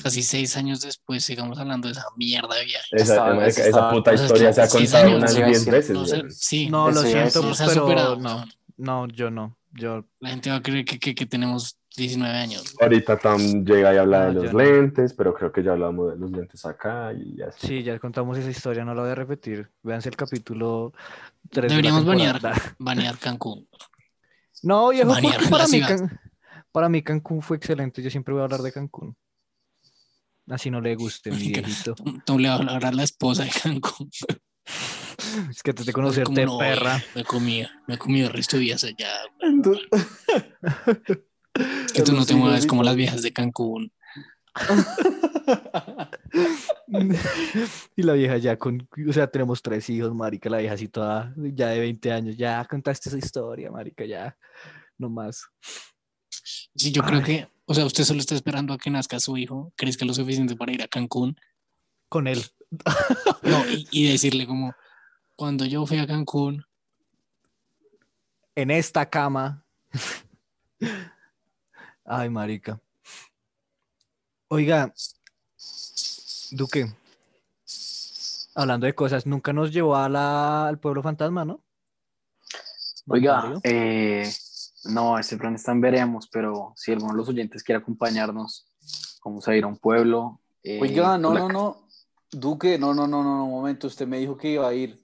Speaker 3: casi seis años después sigamos hablando de esa mierda de viaje.
Speaker 2: Esa,
Speaker 4: Estaba-
Speaker 2: marica, esa
Speaker 4: estaba-
Speaker 2: puta
Speaker 3: O sea,
Speaker 2: historia se ha
Speaker 3: sí,
Speaker 2: contado
Speaker 3: sí,
Speaker 2: unas
Speaker 4: sí,
Speaker 2: 10
Speaker 4: sí,
Speaker 2: veces.
Speaker 3: No sé,
Speaker 2: weón.
Speaker 3: sí,
Speaker 1: No, lo
Speaker 4: eso iba a
Speaker 1: siento,
Speaker 4: decir.
Speaker 3: no se ha
Speaker 1: pero
Speaker 3: superado.
Speaker 1: no,
Speaker 3: weón.
Speaker 1: no, yo no, yo,
Speaker 3: La gente va a creer que, que- que tenemos 19 años.
Speaker 2: Ahorita Tom llega y habla de
Speaker 1: No, yo
Speaker 2: los
Speaker 1: no.
Speaker 2: lentes, pero creo que ya hablamos de los lentes acá y así.
Speaker 1: sí, ya contamos esa historia, no la voy a repetir. Véanse el capítulo 3
Speaker 3: Deberíamos banear, banear Cancún.
Speaker 1: No, viejo,
Speaker 3: Banear
Speaker 1: porque
Speaker 3: la
Speaker 1: para mí,
Speaker 3: ciudad.
Speaker 1: Can- para mí Cancún fue excelente. Yo siempre voy a hablar de Cancún. Así no le guste, mi
Speaker 3: Marica.
Speaker 1: viejito.
Speaker 3: Tú- Tú le vas a hablar a la esposa de Cancún.
Speaker 1: Es que te de
Speaker 3: Como
Speaker 1: conocerte,
Speaker 3: no,
Speaker 1: perra.
Speaker 3: Me comía, me comía el resto de días allá.
Speaker 5: Entonces-
Speaker 3: Que tú no te
Speaker 5: Sí,
Speaker 3: mueves
Speaker 5: David.
Speaker 3: como las viejas de Cancún.
Speaker 1: y la vieja ya con. O sea, tenemos tres hijos, marica. La vieja así toda, ya de 20 años. Ya contaste esa historia, marica, ya. No más.
Speaker 3: Sí, yo creo que, o sea, usted solo está esperando a que nazca su hijo, crezca lo suficiente para ir a Cancún.
Speaker 1: Con él.
Speaker 3: No, y, y decirle como, cuando yo fui a Cancún,
Speaker 1: En esta cama. Ay, marica. Oiga, Duque, hablando de cosas, nunca nos llevó a la- al pueblo fantasma, ¿no?
Speaker 4: Oiga,
Speaker 1: Ontario.
Speaker 4: eh, no, ese plan está en veremos, pero si alguno de los oyentes quiere acompañarnos, vamos a ir a un pueblo. eh,
Speaker 5: Oiga, no,
Speaker 4: con la-
Speaker 5: no, no. Duque, no, no, no, no, no, un momento. Usted me dijo que iba a ir.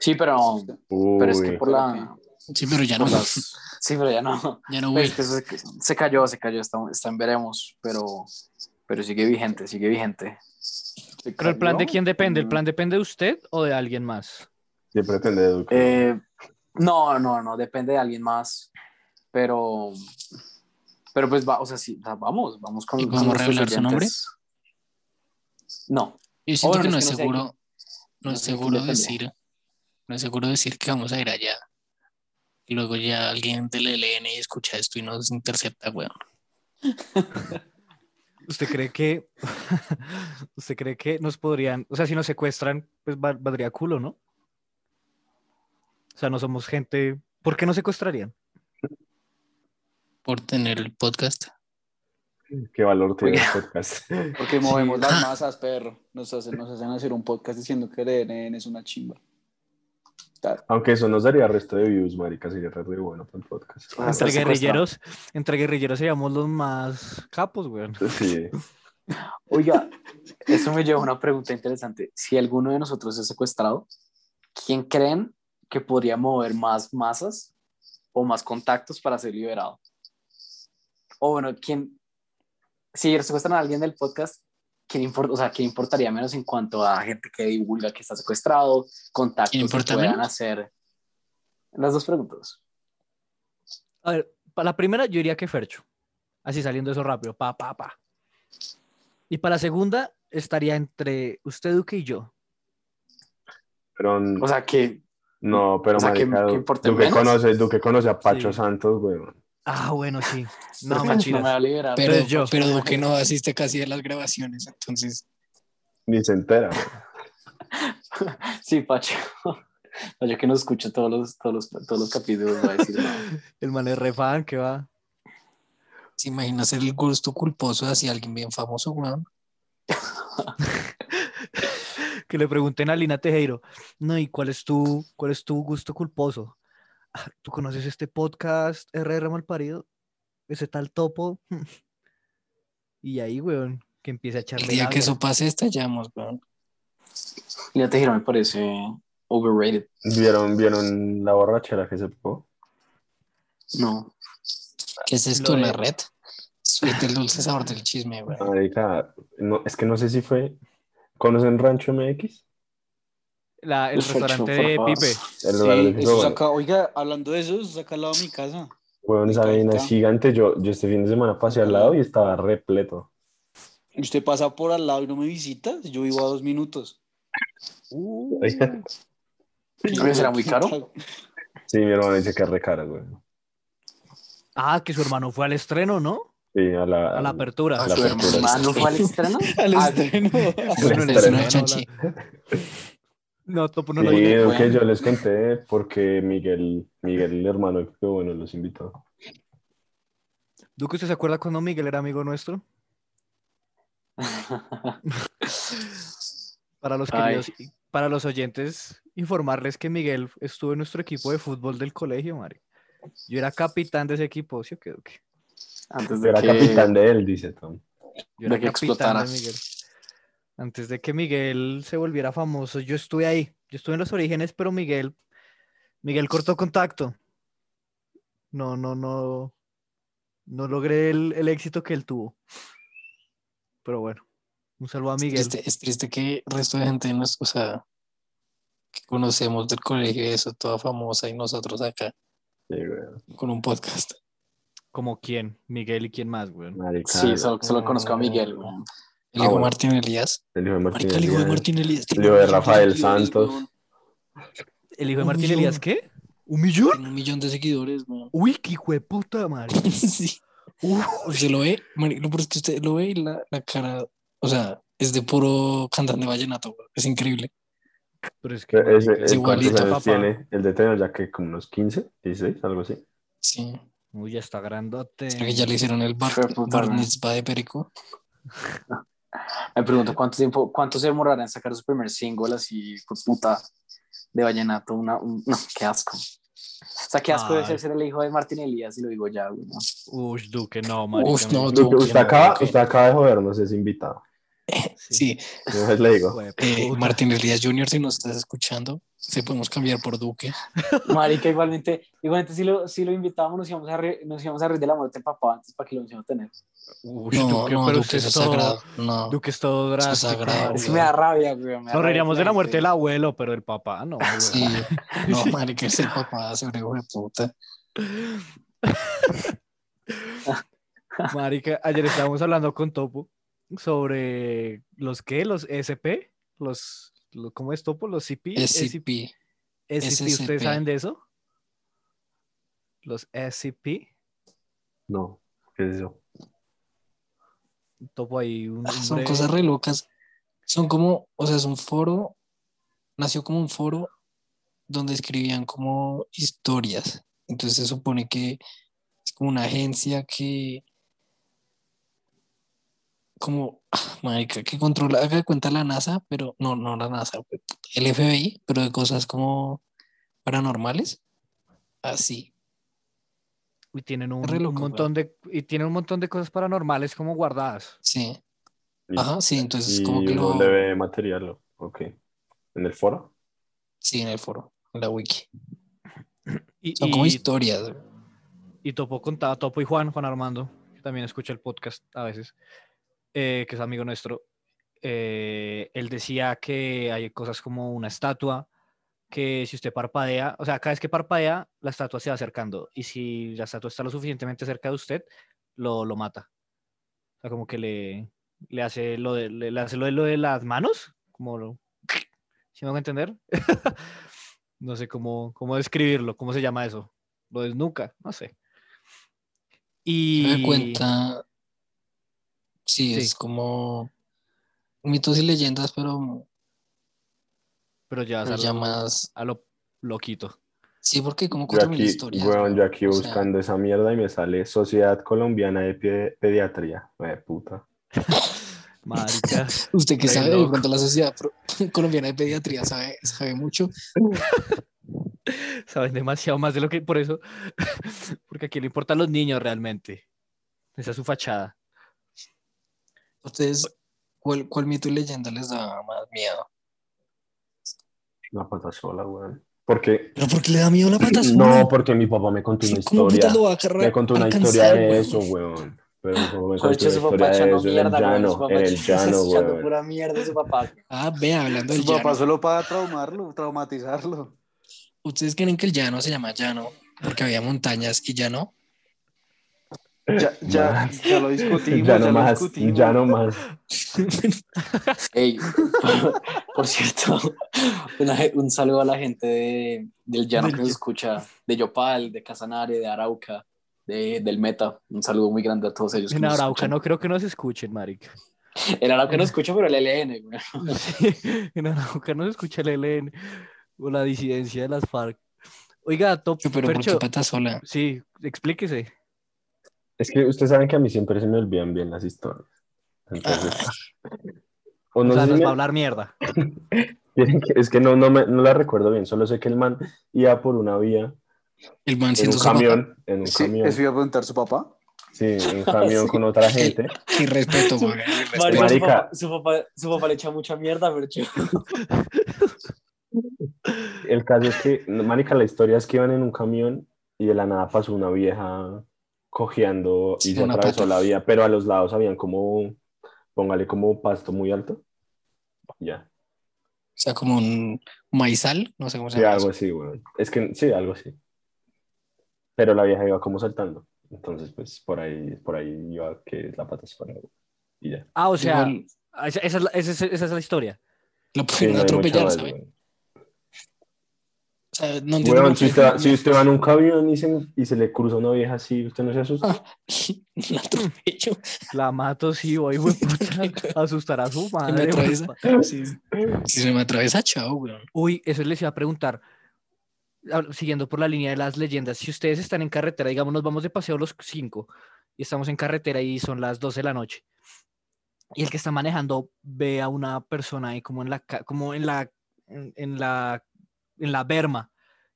Speaker 4: Sí, pero, pero es que
Speaker 2: Uy.
Speaker 4: por la.
Speaker 3: sí, pero ya no,
Speaker 4: por las- Sí, pero ya no.
Speaker 3: ya no voy.
Speaker 4: Pues, que eso se, se cayó, se cayó, está, está en veremos, pero, pero sigue vigente, sigue vigente.
Speaker 5: ¿Se
Speaker 1: Pero el plan de
Speaker 5: cambió?
Speaker 1: quién depende, ¿el
Speaker 4: Mm.
Speaker 1: plan depende de usted o de alguien más?
Speaker 2: Siempre depende de Duque.
Speaker 4: Eh, no, no, no, depende de alguien más, pero, pero pues va, o sea, sí, o sea, vamos, vamos con.
Speaker 3: ¿Y
Speaker 4: con
Speaker 3: podemos
Speaker 4: nuestros
Speaker 3: revelar su nombre?
Speaker 4: oyentes. No,
Speaker 3: Yo siento
Speaker 4: bueno,
Speaker 3: que
Speaker 4: es
Speaker 3: no
Speaker 4: que
Speaker 3: es
Speaker 4: no sé
Speaker 3: seguro, no
Speaker 4: no
Speaker 3: es
Speaker 4: sé quién
Speaker 3: seguro
Speaker 4: depende.
Speaker 3: decir, no es seguro decir que vamos a ir allá. Y luego ya alguien del ELN escucha esto y nos intercepta, weón.
Speaker 1: ¿Usted cree que, usted cree que nos podrían, o sea, si nos secuestran, pues val- valdría culo, ¿no? O sea, no somos gente, ¿por qué nos secuestrarían?
Speaker 3: Por tener el podcast.
Speaker 2: Qué valor tiene el podcast.
Speaker 5: Porque movemos
Speaker 2: Ah.
Speaker 5: las masas, perro. Nos hacen, nos hacen hacer un podcast diciendo que el ENN es una chimba. Ta-
Speaker 2: Aunque eso nos daría resto de views, marica, sería re re bueno para el podcast.
Speaker 4: Ah,
Speaker 1: Entre
Speaker 4: secuestrado.
Speaker 1: guerrilleros, entre guerrilleros seríamos los más capos, weón.
Speaker 2: Sí.
Speaker 4: Oiga, eso me lleva a una pregunta interesante. Si alguno de nosotros es secuestrado, ¿quién creen que podría mover más masas o más contactos para ser liberado? O bueno, ¿quién? Si secuestran a alguien del podcast, ¿quién, import- o sea, ¿quién importaría menos en cuanto a gente que divulga que está secuestrado, contactos
Speaker 3: ¿Quién importa
Speaker 4: que puedan
Speaker 3: menos?
Speaker 4: hacer? Las dos preguntas.
Speaker 1: A ver, para la primera yo diría que Fercho. Así saliendo eso rápido, pa, pa, pa. Y para la segunda estaría entre usted, Duque, y yo.
Speaker 2: Pero
Speaker 4: O sea, que
Speaker 2: no, pero
Speaker 4: o sea, que-
Speaker 2: marica,
Speaker 4: que importe
Speaker 2: Duque
Speaker 4: menos. pues.
Speaker 2: conoce, Duque conoce a Pacho
Speaker 1: Sí.
Speaker 2: Santos, weón.
Speaker 1: Ah, bueno, sí. No,
Speaker 4: no me va
Speaker 1: mentiras.
Speaker 4: a liberar.
Speaker 3: Pero,
Speaker 1: Entonces yo.
Speaker 3: pero Duque no asiste casi a las grabaciones, entonces
Speaker 2: Ni se entera. weón.
Speaker 4: Sí, Pacho. Pacho que no escucha todos los, todos los, todos los capítulos va a decir, "No".
Speaker 1: El man es re fan que va.
Speaker 3: ¿Se imagina ser el gusto culposo hacia alguien bien famoso, weón?
Speaker 1: Que le pregunten a Lina Tejero, no, ¿y cuál es tu, cuál es tu gusto culposo? "Ah, ¿Tú conoces este podcast RR Malparido? Ese tal topo. Hmm". Y ahí, weón, que empieza a
Speaker 3: El
Speaker 1: echarle
Speaker 3: día que
Speaker 1: labia.
Speaker 3: eso pase, estallamos, weón.
Speaker 4: Lina Tejera me parece overrated.
Speaker 2: ¿Vieron, ¿Vieron la borrachera que se pegó?
Speaker 4: No.
Speaker 3: ¿Qué es esto,
Speaker 1: Lo
Speaker 3: la
Speaker 1: de-
Speaker 3: red? Suelta el dulce sabor del chisme, weón.
Speaker 2: Marica, no, es que no sé si fue. ¿Conocen Rancho MX?
Speaker 1: La- el
Speaker 4: Fercho,
Speaker 1: restaurante
Speaker 4: por
Speaker 1: de
Speaker 4: favor.
Speaker 1: Pipe.
Speaker 2: El
Speaker 5: Sí,
Speaker 2: lugar de
Speaker 5: eso es
Speaker 2: Pico,
Speaker 5: acá. Oiga, hablando de eso, eso es acá al lado de mi casa.
Speaker 2: Bueno, esa
Speaker 5: Ahí
Speaker 2: vaina
Speaker 5: está.
Speaker 2: es gigante. Yo, yo este fin de semana pasé al lado y estaba repleto.
Speaker 5: Y usted pasa por al lado y no me visitas, yo vivo a dos minutos.
Speaker 4: ¿Será muy caro?
Speaker 2: Sí, mi hermano dice que es re caro, güey.
Speaker 1: Ah, que su hermano fue al estreno, ¿no?
Speaker 2: Sí, a la,
Speaker 1: A la apertura.
Speaker 2: a
Speaker 4: ¿A
Speaker 2: la
Speaker 4: su
Speaker 2: apertura.
Speaker 4: hermano fue al estreno?
Speaker 5: Al
Speaker 4: Ah,
Speaker 5: estreno.
Speaker 1: Bueno,
Speaker 2: al
Speaker 1: el
Speaker 2: estreno.
Speaker 1: estreno,
Speaker 3: Chachi.
Speaker 1: No, Topo no
Speaker 2: Sí,
Speaker 1: lo
Speaker 4: oye,
Speaker 2: lo
Speaker 4: bueno.
Speaker 2: que yo les conté porque Miguel, Miguel, el hermano, que bueno, los invitó.
Speaker 1: Duque, ¿usted se acuerda cuando Miguel era amigo nuestro? Para los
Speaker 4: Ay.
Speaker 1: queridos, para los oyentes, informarles que Miguel estuvo en nuestro equipo de fútbol del colegio, Mari. Yo era capitán de ese equipo, ¿sí o qué, Duque?
Speaker 4: Antes de
Speaker 2: Era
Speaker 4: que...
Speaker 2: capitán de él, dice Tom.
Speaker 1: Yo
Speaker 4: De
Speaker 1: era
Speaker 4: que
Speaker 1: capitán
Speaker 4: explotara.
Speaker 1: de Miguel. Antes de que Miguel se volviera famoso, yo estuve ahí. Yo estuve en los orígenes, pero Miguel, Miguel cortó contacto. No, no, no. No logré el, el éxito que él tuvo. Pero bueno, un saludo a
Speaker 3: Es
Speaker 1: Miguel.
Speaker 3: triste, es triste que el resto de gente nos, o sea, que conocemos del colegio y eso, toda famosa, y nosotros acá
Speaker 2: Sí, güey.
Speaker 3: con un podcast.
Speaker 1: ¿Como quién? Miguel y quién más, güey.
Speaker 2: Marica,
Speaker 4: Sí, solo, solo conozco a Miguel, güey.
Speaker 3: El
Speaker 2: Ah,
Speaker 3: hijo de
Speaker 2: bueno.
Speaker 3: Martín Elías.
Speaker 2: El hijo de Martín
Speaker 3: Marica, el hijo de
Speaker 2: Elías,
Speaker 3: Martín Elías.
Speaker 2: el
Speaker 3: tiene
Speaker 2: hijo
Speaker 3: un
Speaker 2: de
Speaker 3: millón
Speaker 2: Rafael
Speaker 3: seguidores,
Speaker 2: Santos.
Speaker 3: weón.
Speaker 1: ¿El hijo de
Speaker 3: Un
Speaker 1: Martín
Speaker 3: millón.
Speaker 1: Elías qué? ¿Un millón?
Speaker 3: Tiene un millón de seguidores, weón.
Speaker 1: Uy, qué hijo de puta madre.
Speaker 3: Sí. Usted lo ve, marica, lo peor es que usted lo ve y la, la cara, o sea, es de puro cantante vallenato, weón. Es increíble.
Speaker 1: Pero es que.
Speaker 2: Ese-
Speaker 1: marica,
Speaker 2: ¿cuántos
Speaker 3: igualito,
Speaker 2: años
Speaker 1: papá.
Speaker 2: tiene? El de Teno, ya que como unos 15, 16, algo así.
Speaker 3: Sí.
Speaker 1: Uy, ya está grandote.
Speaker 3: Creo que ya le hicieron el bar,
Speaker 4: Fue puta,
Speaker 3: bar
Speaker 4: weón.
Speaker 3: mitzvah de Perico.
Speaker 4: Me pregunto cuánto tiempo, cuánto se demorará en sacar su primer single así, por puta, de vallenato, una, un- no, qué asco. O sea, qué asco debe
Speaker 1: Ay.
Speaker 4: ser ser el hijo de Martín Elías, y lo digo ya, güey, ¿no?
Speaker 1: Uy, Duque, no, marica.
Speaker 3: Uf, no,
Speaker 2: Usted,
Speaker 3: Duque,
Speaker 2: usted acaba,
Speaker 3: marica.
Speaker 2: usted acaba de jodernos, es invitado.
Speaker 3: Sí,
Speaker 2: Entonces le digo,
Speaker 1: Jue-
Speaker 3: Eh,
Speaker 1: puta.
Speaker 3: Martín Elías Jr., si nos estás escuchando, si podemos cambiar por Duque.
Speaker 4: Marica, igualmente, igualmente si lo, si lo invitábamos nos íbamos, a re- nos íbamos a reír de la muerte del papá antes para que lo íbamos a tener.
Speaker 1: Uy,
Speaker 3: No,
Speaker 1: Duque,
Speaker 3: no,
Speaker 1: pero
Speaker 3: Duque
Speaker 1: usted
Speaker 3: eso es
Speaker 1: es todo-
Speaker 3: sagrado. No,
Speaker 1: Duque es todo
Speaker 3: Eso es
Speaker 1: drástico.
Speaker 3: sagrado,
Speaker 1: marica.
Speaker 4: Eso me da rabia, güey.
Speaker 1: Nos reiríamos de la muerte del abuelo, pero el papá no. güey.
Speaker 3: sí, no, marica, ese papá se hijo um de puta.
Speaker 1: Marica, ayer estábamos hablando con Topo sobre los qué, los SP, los, lo- ¿cómo es Topo? Los CP, SCP,
Speaker 3: SCP,
Speaker 1: SCP, ¿ustedes
Speaker 3: SCP.
Speaker 1: saben de eso? Los SCP,
Speaker 2: no, ¿qué es eso?
Speaker 1: Topo ahí un,
Speaker 3: Ah,
Speaker 1: un
Speaker 3: son
Speaker 1: breve-
Speaker 3: cosas re locas. Son como, o sea, es un foro, nació como un foro donde escribían como historias. Entonces se supone que es como una agencia que, como, ah, marica, que controla, haga de cuenta la NASA, pero no, no la NASA, pues, el FBI, pero de cosas como paranormales. Así.
Speaker 1: y tienen un,
Speaker 3: re
Speaker 1: un
Speaker 3: loco,
Speaker 1: montón de y tienen un montón de cosas paranormales como guardadas.
Speaker 3: Sí.
Speaker 2: Y-
Speaker 3: Ajá, sí, entonces
Speaker 2: Y
Speaker 3: como que
Speaker 2: uno
Speaker 3: lo...
Speaker 2: le ve material, ok. ¿En el foro?
Speaker 3: Sí, en el foro, en la wiki.
Speaker 1: Y,
Speaker 3: Son como
Speaker 1: y-
Speaker 3: historias.
Speaker 1: y Topo contaba, Topo y Juan, Juan Armando, que también escucha el podcast a veces, eh, que es amigo nuestro, eh, él decía que hay cosas como una estatua, que si usted parpadea, o sea, cada vez que parpadea, la estatua se va acercando, y si la estatua está lo suficientemente cerca de usted, lo, lo mata. O sea, como que le, le hace lo de, le, le hace lo de, lo de las manos, como lo... ¿Sí me van a entender? no sé cómo, cómo describirlo, cómo se llama eso. Lo desnuca, no sé.
Speaker 3: Me
Speaker 1: Y
Speaker 3: cuenta. Sí,
Speaker 1: Sí.
Speaker 3: es como mitos y leyendas, pero,
Speaker 1: Pero ya,
Speaker 3: pero
Speaker 1: vas a,
Speaker 3: ya
Speaker 1: lo,
Speaker 3: más.
Speaker 1: a lo loquito.
Speaker 3: Sí, porque como
Speaker 2: Yo
Speaker 3: cuatro mil
Speaker 2: aquí,
Speaker 3: historias.
Speaker 2: weón,
Speaker 3: weón.
Speaker 2: yo aquí
Speaker 3: O sea,
Speaker 2: buscando esa mierda y me sale Sociedad Colombiana de Pe- Pediatría. Eh, puta.
Speaker 1: Marica.
Speaker 3: usted que
Speaker 1: re
Speaker 3: sabe, de
Speaker 1: loco.
Speaker 3: pronto la sociedad pro- colombiana de pediatría sabe, sabe mucho.
Speaker 1: Saben demasiado más de lo que por eso. Porque aquí le importan los niños realmente. Esa es su fachada.
Speaker 3: Ustedes, ¿cuál, cuál mito y leyenda les da más miedo?
Speaker 2: Una pata sola, weón. Porque,
Speaker 3: Pero porque le da miedo la pata
Speaker 2: no, porque mi papá me contó una
Speaker 3: ¿Cómo
Speaker 2: historia.
Speaker 3: putas lo va a agarrar?
Speaker 2: Me contó una
Speaker 3: alcanzar,
Speaker 2: historia de
Speaker 3: weón?
Speaker 2: eso, weón. Pero mi papá me
Speaker 4: Por
Speaker 2: contó
Speaker 4: hecho,
Speaker 2: una
Speaker 4: su
Speaker 2: historia
Speaker 4: papá
Speaker 2: de
Speaker 4: echando
Speaker 2: eso en el
Speaker 4: mierda, güey. Su
Speaker 2: llano,
Speaker 4: papá
Speaker 2: en el llano,
Speaker 4: echando
Speaker 2: weón.
Speaker 4: pura mierda su papá.
Speaker 3: Ah, ve, hablando del
Speaker 5: Su papá
Speaker 3: llano.
Speaker 5: solo para traumarlo, traumatizarlo.
Speaker 3: ¿Ustedes creen que el llano se llama llano porque había montañas y ya no?
Speaker 5: Ya, ya,
Speaker 2: Más.
Speaker 5: ya lo discutimos.
Speaker 2: ya
Speaker 5: lo
Speaker 2: no más,
Speaker 5: discutimos.
Speaker 2: ya no más.
Speaker 4: Ey, por, por cierto, una ge- un saludo a la gente de- del llano que nos escucha, de Yopal, de Casanare, de Arauca, de, del Meta. Un saludo muy grande a todos ellos. que
Speaker 1: En
Speaker 4: nos
Speaker 1: Arauca
Speaker 4: escuchan.
Speaker 1: no creo que nos escuchen, marica.
Speaker 4: En Arauca no escucha, pero el LN, güey.
Speaker 1: Sí, en Arauca no se escucha el ELN o la disidencia de las FARC. Oiga, Top
Speaker 3: Pero ¿por qué
Speaker 1: Fercho,
Speaker 3: pata sola?
Speaker 1: sí, explíquese.
Speaker 2: Es que ustedes saben que a mí siempre se me olvidan bien las historias. Entonces,
Speaker 3: Ah.
Speaker 2: o
Speaker 1: O
Speaker 2: no
Speaker 1: sea,
Speaker 2: sé si
Speaker 1: nos
Speaker 2: me-
Speaker 1: va a hablar mierda.
Speaker 2: es que no, no, me- no la recuerdo bien, solo sé que el man iba por una vía
Speaker 3: El man
Speaker 2: en
Speaker 3: siendo
Speaker 2: un
Speaker 3: su papá.
Speaker 2: camión, en un
Speaker 5: Sí,
Speaker 2: camión,
Speaker 5: eso iba a preguntar su papá.
Speaker 2: sí, en un camión con otra gente.
Speaker 3: Qué respeto, güey.
Speaker 2: Marica, Pues,
Speaker 4: Marica, su
Speaker 2: Marica.
Speaker 4: papá- Su, papá, su papá le echa mucha mierda, pero yo-
Speaker 2: El caso es que, marica, la historia es que iban en un camión y de la nada pasó una vieja cojeando y
Speaker 3: Sí,
Speaker 2: se
Speaker 3: una
Speaker 2: atravesó
Speaker 3: pata.
Speaker 2: la vía, pero a los lados habían como, póngale como pasto muy alto. Ya,
Speaker 3: O sea, como un maizal, no sé cómo se
Speaker 2: sí,
Speaker 3: llama.
Speaker 2: algo así, güey. Es que, sí, algo así. Pero la vieja iba como saltando. Entonces, pues, por ahí, por ahí iba que la pata se paró. Y ya.
Speaker 1: Ah, o
Speaker 3: eso.
Speaker 1: sea,
Speaker 3: Igual
Speaker 1: esa, esa es la, esa es- esa es la historia.
Speaker 3: lo
Speaker 2: Sí,
Speaker 3: pudieron
Speaker 2: no hay mucho
Speaker 3: atropellar,
Speaker 2: más,
Speaker 3: ¿sabes?
Speaker 2: güey.
Speaker 3: O sea, no entiendo.
Speaker 2: Weón,
Speaker 3: por
Speaker 2: si
Speaker 3: qué
Speaker 2: usted, va- si usted va en un camión y se, y se le cruza una vieja así, ¿usted no se asusta?
Speaker 3: la atropello.
Speaker 1: La mato, sí, voy, güey, puta, asustar a su
Speaker 3: me
Speaker 1: madre.
Speaker 3: atraviesa.
Speaker 1: güey.
Speaker 3: Si, si se me atravesa, chao, weón.
Speaker 1: Uy, eso les iba a preguntar. Hab- Siguiendo por la línea de las leyendas, si ustedes están en carretera, digamos, nos vamos de paseo los cinco y estamos en carretera y son las 12 de la noche. Y el que está manejando ve a una persona ahí como en la ca- como en la en, en la en la berma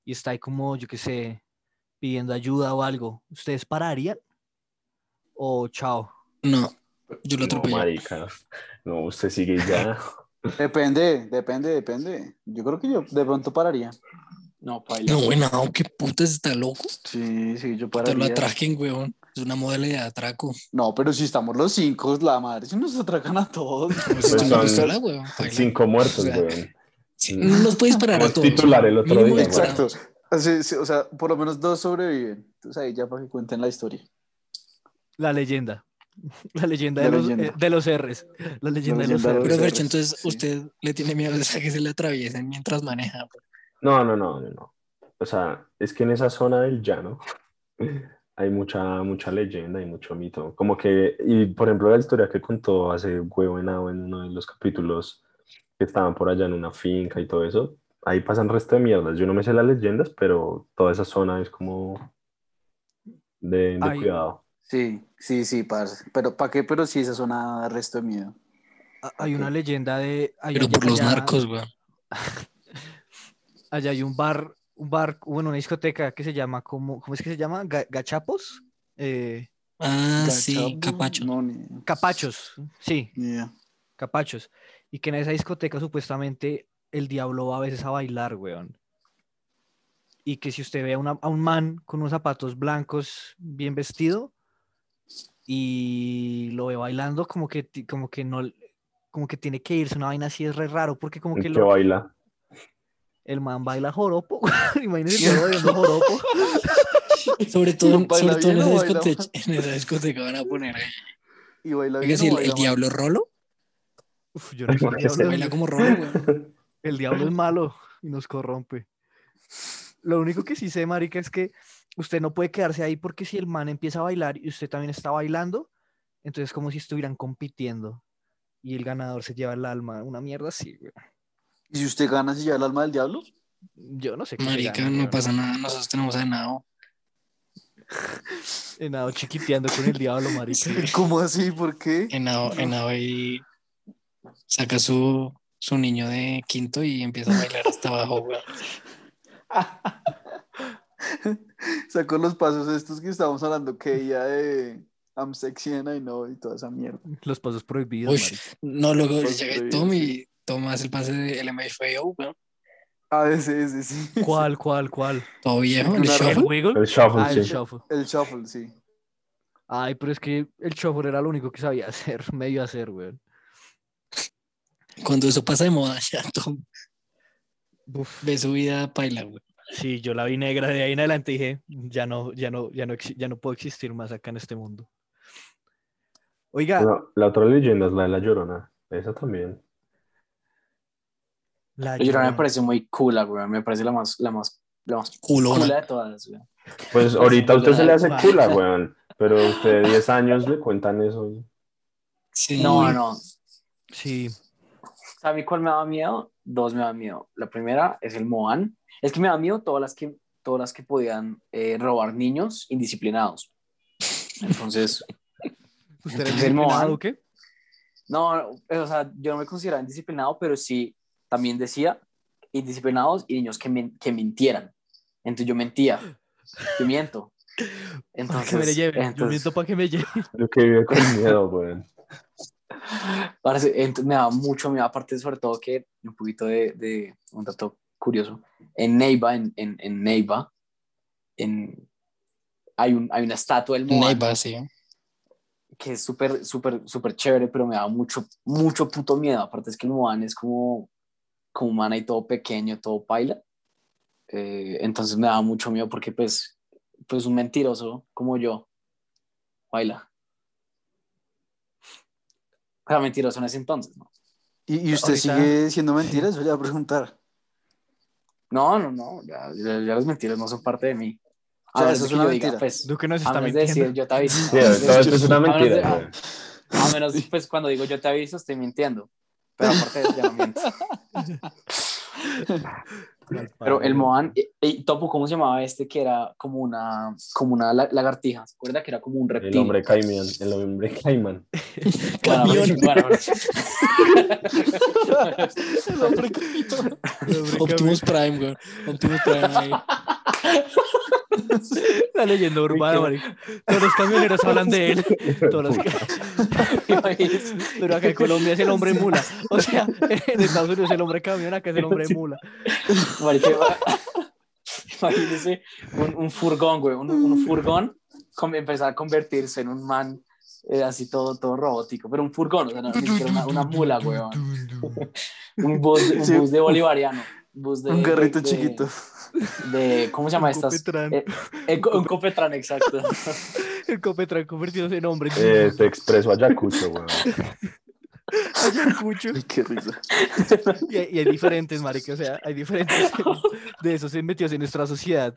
Speaker 1: y está ahí como yo qué sé pidiendo ayuda o algo. ¿Ustedes pararían? O chao.
Speaker 3: No, yo lo
Speaker 2: No,
Speaker 3: atropello.
Speaker 2: marica. No, usted sigue y ya.
Speaker 5: Depende, depende, depende. Yo creo que yo de pronto pararía.
Speaker 4: No, paila.
Speaker 3: no, bueno, qué putas, está loco.
Speaker 5: Sí, sí, yo
Speaker 3: Te lo
Speaker 5: pararía.
Speaker 3: atraquen, weón. Es una modalidad de atraco.
Speaker 2: Pues
Speaker 5: No, pero si estamos los cinco, la madre, si nos atracan a todos.
Speaker 3: Como si
Speaker 2: Pues
Speaker 3: tú una
Speaker 2: son
Speaker 3: pistola, weón. baila.
Speaker 2: Cinco muertos,
Speaker 3: O sea,
Speaker 2: weón.
Speaker 3: Sí, no los puedes parar a
Speaker 2: Como
Speaker 3: todos.
Speaker 2: titular el otro
Speaker 3: Mínimo
Speaker 2: día,
Speaker 3: los paramos.
Speaker 5: Exacto. Así, sí, o sea, por lo menos dos sobreviven. Entonces ahí ya para que cuenten la historia.
Speaker 1: La leyenda. La leyenda,
Speaker 5: La
Speaker 1: de, los,
Speaker 5: leyenda.
Speaker 1: eh, de los R's. La leyenda, de los
Speaker 5: leyenda de
Speaker 1: R's.
Speaker 3: Pero
Speaker 5: Puede
Speaker 3: Fercho,
Speaker 5: ser,
Speaker 3: entonces
Speaker 5: sí.
Speaker 3: usted le tiene miedo a que se le atraviesen mientras maneja.
Speaker 2: No, no, no, no, no. O sea, es que en esa zona del llano hay mucha, mucha leyenda y mucho mito. Como que, y por ejemplo, la historia que contó hace huevo en en uno de los capítulos que estaban por allá en una finca y todo eso, ahí pasan resto de mierdas. Yo no me sé las leyendas, pero toda esa zona es como de, de
Speaker 1: Ay.
Speaker 2: cuidado.
Speaker 5: Sí, sí, sí, parce. Pero ¿para qué? Pero sí, esa zona da resto de miedo.
Speaker 1: Ah, Hay una leyenda de. hay
Speaker 3: Pero
Speaker 1: allá-
Speaker 3: por los
Speaker 1: allá-
Speaker 3: narcos, weón.
Speaker 1: Allá hay un bar, un bar, bueno, una discoteca que se llama, como, ¿cómo es que se llama? Ga- gachapos. eh,
Speaker 3: Ah, sí,
Speaker 5: Gachapo,
Speaker 3: capacho.
Speaker 5: No, ni idea.
Speaker 1: capachos, sí,
Speaker 5: Ni idea.
Speaker 1: capachos. Y que en esa discoteca supuestamente el diablo va a veces a bailar, weón. Y que si usted ve a, una- a un man con unos zapatos blancos bien vestido y lo ve bailando, como que, ti- como que no, como que tiene que irse, una vaina así es re raro, porque como
Speaker 2: El
Speaker 1: que
Speaker 2: que
Speaker 1: lo,
Speaker 2: baila.
Speaker 1: el man baila joropo, imagínense el man bailando joropo.
Speaker 3: Sobre todo,
Speaker 5: ¿Baila
Speaker 3: sobre todo en,
Speaker 5: bien
Speaker 3: esa
Speaker 5: o baila
Speaker 3: discoteca, en esa discoteca van a poner. ahí.
Speaker 5: Y baila
Speaker 3: Oiga,
Speaker 5: bien.
Speaker 3: si
Speaker 5: o
Speaker 3: el,
Speaker 5: baila
Speaker 3: el
Speaker 5: mal?
Speaker 3: diablo rolo,
Speaker 1: Uf, yo no sé, el
Speaker 2: Porque se
Speaker 1: diablo-
Speaker 3: baila como rolo, weón.
Speaker 1: El diablo es malo y nos corrompe. Lo único que sí sé, marica, es que usted no puede quedarse ahí porque si el man empieza a bailar y usted también está bailando, entonces es como si estuvieran compitiendo y el ganador se lleva el alma. Una mierda así, güey.
Speaker 5: ¿Y si usted gana, si lleva el alma del diablo?
Speaker 1: Yo no sé qué. se
Speaker 3: Marica,
Speaker 1: gana,
Speaker 3: no
Speaker 1: weón.
Speaker 3: pasa nada, nosotros tenemos a Nao.
Speaker 1: Henao chiquiteando con el diablo, marica.
Speaker 5: ¿Cómo así? ¿Por qué?
Speaker 3: Henao, Henao ahí saca su, su niño de quinto y empieza a bailar hasta abajo, weón.
Speaker 5: Sacó los pasos estos que estábamos hablando, que ella de I'm sexy and I know y toda esa mierda.
Speaker 1: Los pasos prohibidos,
Speaker 3: Uy,
Speaker 1: marica.
Speaker 3: no, luego
Speaker 5: Pues,
Speaker 3: llega
Speaker 5: sí,
Speaker 3: Tommy y toma el pase de LMFAO, weón.
Speaker 5: A veces, Ah, sí, sí.
Speaker 1: ¿Cuál, cuál, cuál?
Speaker 3: Todo viejo, el
Speaker 5: Una
Speaker 1: ¿El
Speaker 3: shuffle.
Speaker 1: wiggle?
Speaker 2: El shuffle,
Speaker 1: Ah, el
Speaker 2: sí.
Speaker 1: shuffle.
Speaker 5: El shuffle, sí.
Speaker 1: Ay, pero es que el chofer era lo único que sabía hacer, medio hacer, güey.
Speaker 3: Cuando eso pasa de moda, ya Tom ve su vida a bailar, weón.
Speaker 1: Sí, yo la vi negra de ahí en adelante dije, ya no, ya no, ya no, exi- ya no puedo existir más acá en este mundo. Oiga,
Speaker 2: Bueno, la otra leyenda es la de la Llorona. Esa también.
Speaker 1: la
Speaker 4: La Llorona me
Speaker 1: Llorona.
Speaker 4: parece muy cool, güey. Me parece la más, la más, la más
Speaker 3: Culona.
Speaker 4: cool de todas, güey.
Speaker 2: Pues ahorita a usted se le hace
Speaker 1: Llorona.
Speaker 2: cula, weón. Pero a usted de 10 años le cuentan eso. y-
Speaker 3: Sí,
Speaker 4: No, no.
Speaker 1: Sí,
Speaker 4: ¿A mí cuál me daba miedo? Dos me daba miedo. La primera es el Moan. Es que me daba miedo todas las que, todas las que podían eh, robar niños indisciplinados. Entonces,
Speaker 1: ¿usted era
Speaker 4: Entonces,
Speaker 1: disciplinado
Speaker 4: no,
Speaker 1: o qué?
Speaker 4: no, eh, o sea, yo no me consideraba indisciplinado, pero sí también decía indisciplinados y niños que, men- que mintieran. Entonces yo mentía. Yo miento.
Speaker 1: Para
Speaker 4: Entonces,
Speaker 1: que me le lleven. Yo
Speaker 4: entonces-
Speaker 1: miento para que me lleven.
Speaker 2: Lo que vive con miedo, weón.
Speaker 4: Parce, ent- me da mucho miedo, aparte sobre todo que un poquito de, de un dato curioso, en Neiva, en, en, en Neiva, en, hay, un, hay una estatua del Moan
Speaker 3: Neiva, sí.
Speaker 4: que es súper, súper, súper chévere, pero me da mucho, mucho puto miedo, aparte es que el Moan es como, como humana y todo pequeño, todo paila, Eh, entonces me da mucho miedo porque pues, pues un mentiroso como yo, baila. Era mentiroso en ese entonces, ¿no?
Speaker 5: ¿Y, y usted
Speaker 1: Ahorita-
Speaker 5: sigue diciendo mentiras? Voy a preguntar.
Speaker 4: No, no, no, ya, ya- ya las mentiras no son parte de mí.
Speaker 5: O sea,
Speaker 4: A menos
Speaker 5: eso es
Speaker 4: de que
Speaker 5: una
Speaker 4: yo diga,
Speaker 5: mentira.
Speaker 4: pues,
Speaker 1: Duque nos
Speaker 4: a
Speaker 1: está
Speaker 4: menos de
Speaker 1: mintiendo.
Speaker 4: decir yo te aviso.
Speaker 2: Sí, todo esto es una
Speaker 4: A menos de-
Speaker 2: mentira,
Speaker 4: a-
Speaker 2: weón.
Speaker 4: A menos, pues, cuando digo yo te aviso, estoy mintiendo. Pero aparte de eso, ya no miento. Pero el Moan, y, y Topo, ¿cómo se llamaba este? Que era como una, como una la- lagartija. ¿Se acuerda que era como un reptil?
Speaker 2: El hombre caimán. El hombre caimán.
Speaker 4: Bueno,
Speaker 3: Camión.
Speaker 4: bueno, bueno.
Speaker 5: El hombre que-
Speaker 3: Optimus Prime, güey. Optimus Prime ahí.
Speaker 1: La leyenda urbana,
Speaker 4: Uy,
Speaker 1: marica. Todos los camioneros hablan de él. Todos los ca- Pero acá en Colombia es el hombre mula. O sea, en Estados Unidos es el hombre camión, acá es el hombre mula.
Speaker 4: Marica, imagínese un, un furgón, güey, un,
Speaker 5: Mm.
Speaker 4: un furgón com- empezar a convertirse en un man eh, así todo, todo robótico, pero un furgón, o sea, no, ni siquiera una, una mula, güey. Un bus, un
Speaker 5: Sí.
Speaker 4: bus de bolivariano. Bus de,
Speaker 5: Un carrito
Speaker 4: de-
Speaker 5: chiquito.
Speaker 4: De, ¿Cómo se llama
Speaker 1: Un
Speaker 4: estas?
Speaker 1: Copetran.
Speaker 4: Eh, eh, co- un Copetran, exacto.
Speaker 1: El Copetran convertido en hombre.
Speaker 2: Eh, te expreso a Ayacucho, weón.
Speaker 1: Ayacucho.
Speaker 5: Ay, qué risa.
Speaker 1: Y hay, y hay diferentes, marica, o sea, hay diferentes de esos metidos en nuestra sociedad.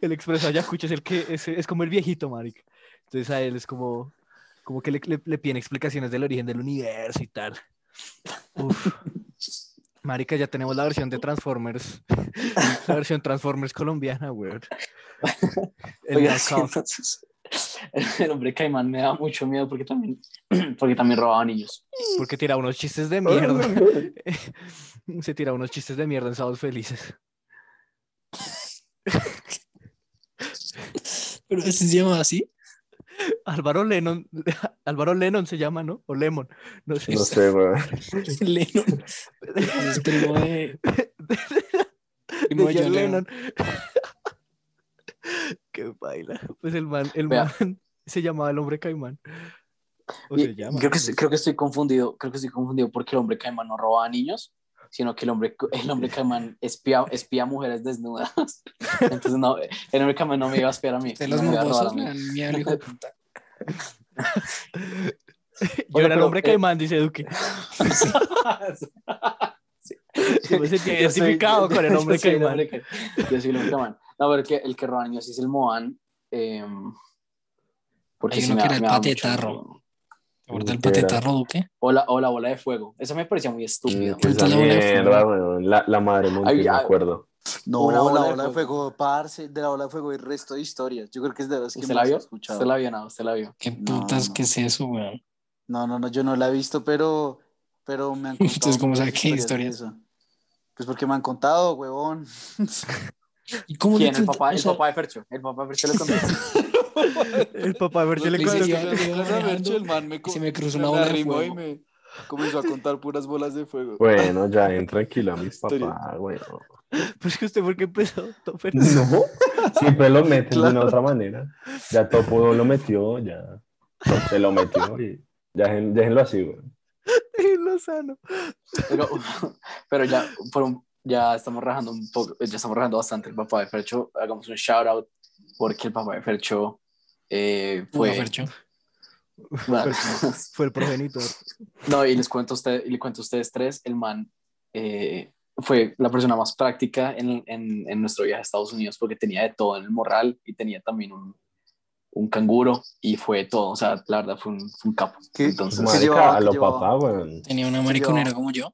Speaker 1: El expreso Ayacucho es el que es, es como el viejito, marica. Entonces a él es como, como que le, le- le piden explicaciones del origen del universo y tal. Uf. Marica, ya tenemos la versión de Transformers. La versión Transformers colombiana, weón. El
Speaker 4: Oiga, sí,
Speaker 1: knockoff.
Speaker 4: entonces, el hombre caimán me da mucho miedo porque también, porque también robaba niños.
Speaker 1: Porque tira unos chistes de mierda. Se tira unos chistes de mierda en Sábados Felices.
Speaker 3: Pero ese se llama así.
Speaker 1: Álvaro Lennon, Álvaro Lennon se llama, ¿no? O Lemon, no sé.
Speaker 2: No sé, weón.
Speaker 3: Lennon. Es primo de. Primo de
Speaker 1: Decía
Speaker 3: John Lennon.
Speaker 1: Lennon. Qué baila. Pues el man, el
Speaker 4: Vea.
Speaker 1: man se llamaba el hombre caimán. O
Speaker 4: Y-
Speaker 1: se llama.
Speaker 4: Creo que,
Speaker 1: no sé.
Speaker 4: estoy- creo que estoy confundido, creo que estoy confundido porque el hombre caimán no roba a niños, sino que el hombre, el hombre caimán espía, espía a mujeres desnudas. Entonces no, el hombre caimán no me iba a espiar a mí.
Speaker 3: De
Speaker 4: no
Speaker 3: los
Speaker 4: me iba a robar a
Speaker 3: morbosos,
Speaker 4: mí.
Speaker 3: le dan miedo al hijo de puta.
Speaker 1: Yo era
Speaker 4: Oiga,
Speaker 1: el
Speaker 4: pero,
Speaker 1: hombre
Speaker 4: eh,
Speaker 1: caimán, dice Duque. Yo me sentí
Speaker 4: Yo soy-
Speaker 1: identificado con el
Speaker 4: yo
Speaker 1: hombre
Speaker 4: soy el
Speaker 1: caimán.
Speaker 4: hombre ca- Yo soy el hombre caimán. No, pero el que, el que roba niños sí es el Moan. eh, porque
Speaker 3: Hay
Speaker 4: sí
Speaker 3: uno
Speaker 4: me
Speaker 3: que era
Speaker 4: da-
Speaker 3: el
Speaker 4: me da mucho
Speaker 3: patetarro.
Speaker 4: miedo.
Speaker 3: ¿Te acuerdas el
Speaker 2: Ni siquiera.
Speaker 3: patetarro, Duque?
Speaker 4: O la, o la bola de fuego. Eso me parecía muy estúpido.
Speaker 3: pues,
Speaker 2: Esa
Speaker 3: la bola de fuego.
Speaker 2: mierda, weón. La, la madre Monty,
Speaker 4: Ay,
Speaker 2: me
Speaker 4: ay.
Speaker 2: acuerdo.
Speaker 5: No,
Speaker 4: Una
Speaker 5: la
Speaker 4: bola de
Speaker 5: ola de, fuego.
Speaker 4: fuego,
Speaker 5: parce, de la ola de fuego y resto de historias. Yo creo que es de las que
Speaker 4: ¿Usted
Speaker 5: más
Speaker 4: la
Speaker 5: he
Speaker 4: vio?
Speaker 5: escuchado.
Speaker 4: Usted la vio, no, usted la vio.
Speaker 3: ¿Qué
Speaker 5: No,
Speaker 3: putas
Speaker 5: no.
Speaker 3: que es eso, weón?
Speaker 5: No, no, no, yo no la he visto, pero, pero me han contado.
Speaker 3: Entonces, ¿cómo
Speaker 5: muchas
Speaker 3: sabe qué
Speaker 5: historias de eso. Pues porque me han contado, huevón.
Speaker 3: ¿Y cómo
Speaker 4: ¿Quién?
Speaker 3: le
Speaker 4: El
Speaker 3: cuenta-
Speaker 4: papá,
Speaker 3: o
Speaker 4: el
Speaker 3: sea,
Speaker 4: papá de Fercho. El papá de Fercho le contó.
Speaker 1: El papá Berchel le
Speaker 3: Lo
Speaker 5: Me
Speaker 3: que
Speaker 1: cuenta
Speaker 5: hice
Speaker 3: sí,
Speaker 1: que-
Speaker 3: yo-
Speaker 5: llegar
Speaker 3: iba
Speaker 5: a casa de
Speaker 3: manejando
Speaker 5: Fercho, el man me
Speaker 3: y se me cruzó
Speaker 5: me
Speaker 3: una bola de
Speaker 5: arrimó
Speaker 3: fuego.
Speaker 5: y me comenzó a contar puras bolas de fuego.
Speaker 2: Bueno, ya en tranquila, mis
Speaker 5: Historia.
Speaker 2: papás, weón.
Speaker 1: Pero Pues es que usted, ¿por qué empezó? Todo feliz.
Speaker 2: No, siempre lo meten de una
Speaker 5: Claro.
Speaker 2: otra manera. Ya Topo lo metió, ya se lo metió y ya dejen- déjenlo así, güey.
Speaker 1: En Lozano.
Speaker 4: Pero, pero ya, por un- ya estamos rajando un poco, ya estamos rajando bastante el papá de Fercho. Hagamos un shout out porque el papá de Fercho eh,
Speaker 3: Bueno,
Speaker 4: fue.
Speaker 3: Fercho.
Speaker 4: Bueno,
Speaker 1: Fue el progenitor.
Speaker 4: no, y les cuento a usted, y le cuento a ustedes tres, el man eh, fue la persona más práctica en, en- en nuestro viaje a Estados Unidos porque tenía de todo en el morral y tenía también un, un canguro y fue todo. O sea, la verdad fue un, fue un capo.
Speaker 5: ¿Qué?
Speaker 4: Entonces,
Speaker 5: ¿Qué
Speaker 2: Pues Marica,
Speaker 5: llevaba?
Speaker 2: a
Speaker 5: ¿Qué
Speaker 2: lo
Speaker 5: llevaba?
Speaker 2: papá, weón.
Speaker 3: Tenía una
Speaker 5: Sí,
Speaker 3: mariconera
Speaker 5: yo-
Speaker 3: como yo.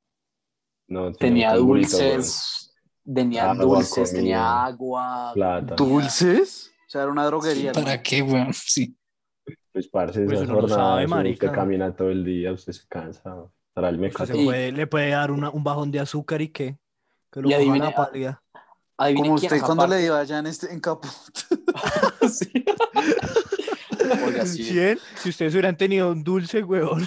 Speaker 2: No,
Speaker 4: tenía
Speaker 2: un tamborito,
Speaker 4: dulces, tenía
Speaker 2: Agua,
Speaker 4: dulces,
Speaker 2: comida.
Speaker 4: tenía agua.
Speaker 2: weón. Plata.
Speaker 5: ¿Dulces? O sea, era una droguería. ¿no?
Speaker 3: ¿Para qué, weón? Sí.
Speaker 2: Pues, parce,
Speaker 1: Pues
Speaker 2: esas
Speaker 1: uno no
Speaker 2: jornadas,
Speaker 1: sabe,
Speaker 2: uno-
Speaker 1: marica.
Speaker 2: usted camina todo el día, usted se cansa. Para el
Speaker 1: Usted se
Speaker 2: mecánico.
Speaker 1: puede- le puede dar una- un bajón de azúcar y que, que lo
Speaker 4: Y
Speaker 1: coja
Speaker 4: adivine- ah,
Speaker 1: la pálida.
Speaker 4: Adivinen
Speaker 5: Como
Speaker 4: quién,
Speaker 5: usted cuando
Speaker 4: aparte-
Speaker 5: le dio allá en, este, en Capo.
Speaker 4: Sí. Oiga, sí.
Speaker 1: Si él- Si ustedes hubieran tenido un dulce, weón,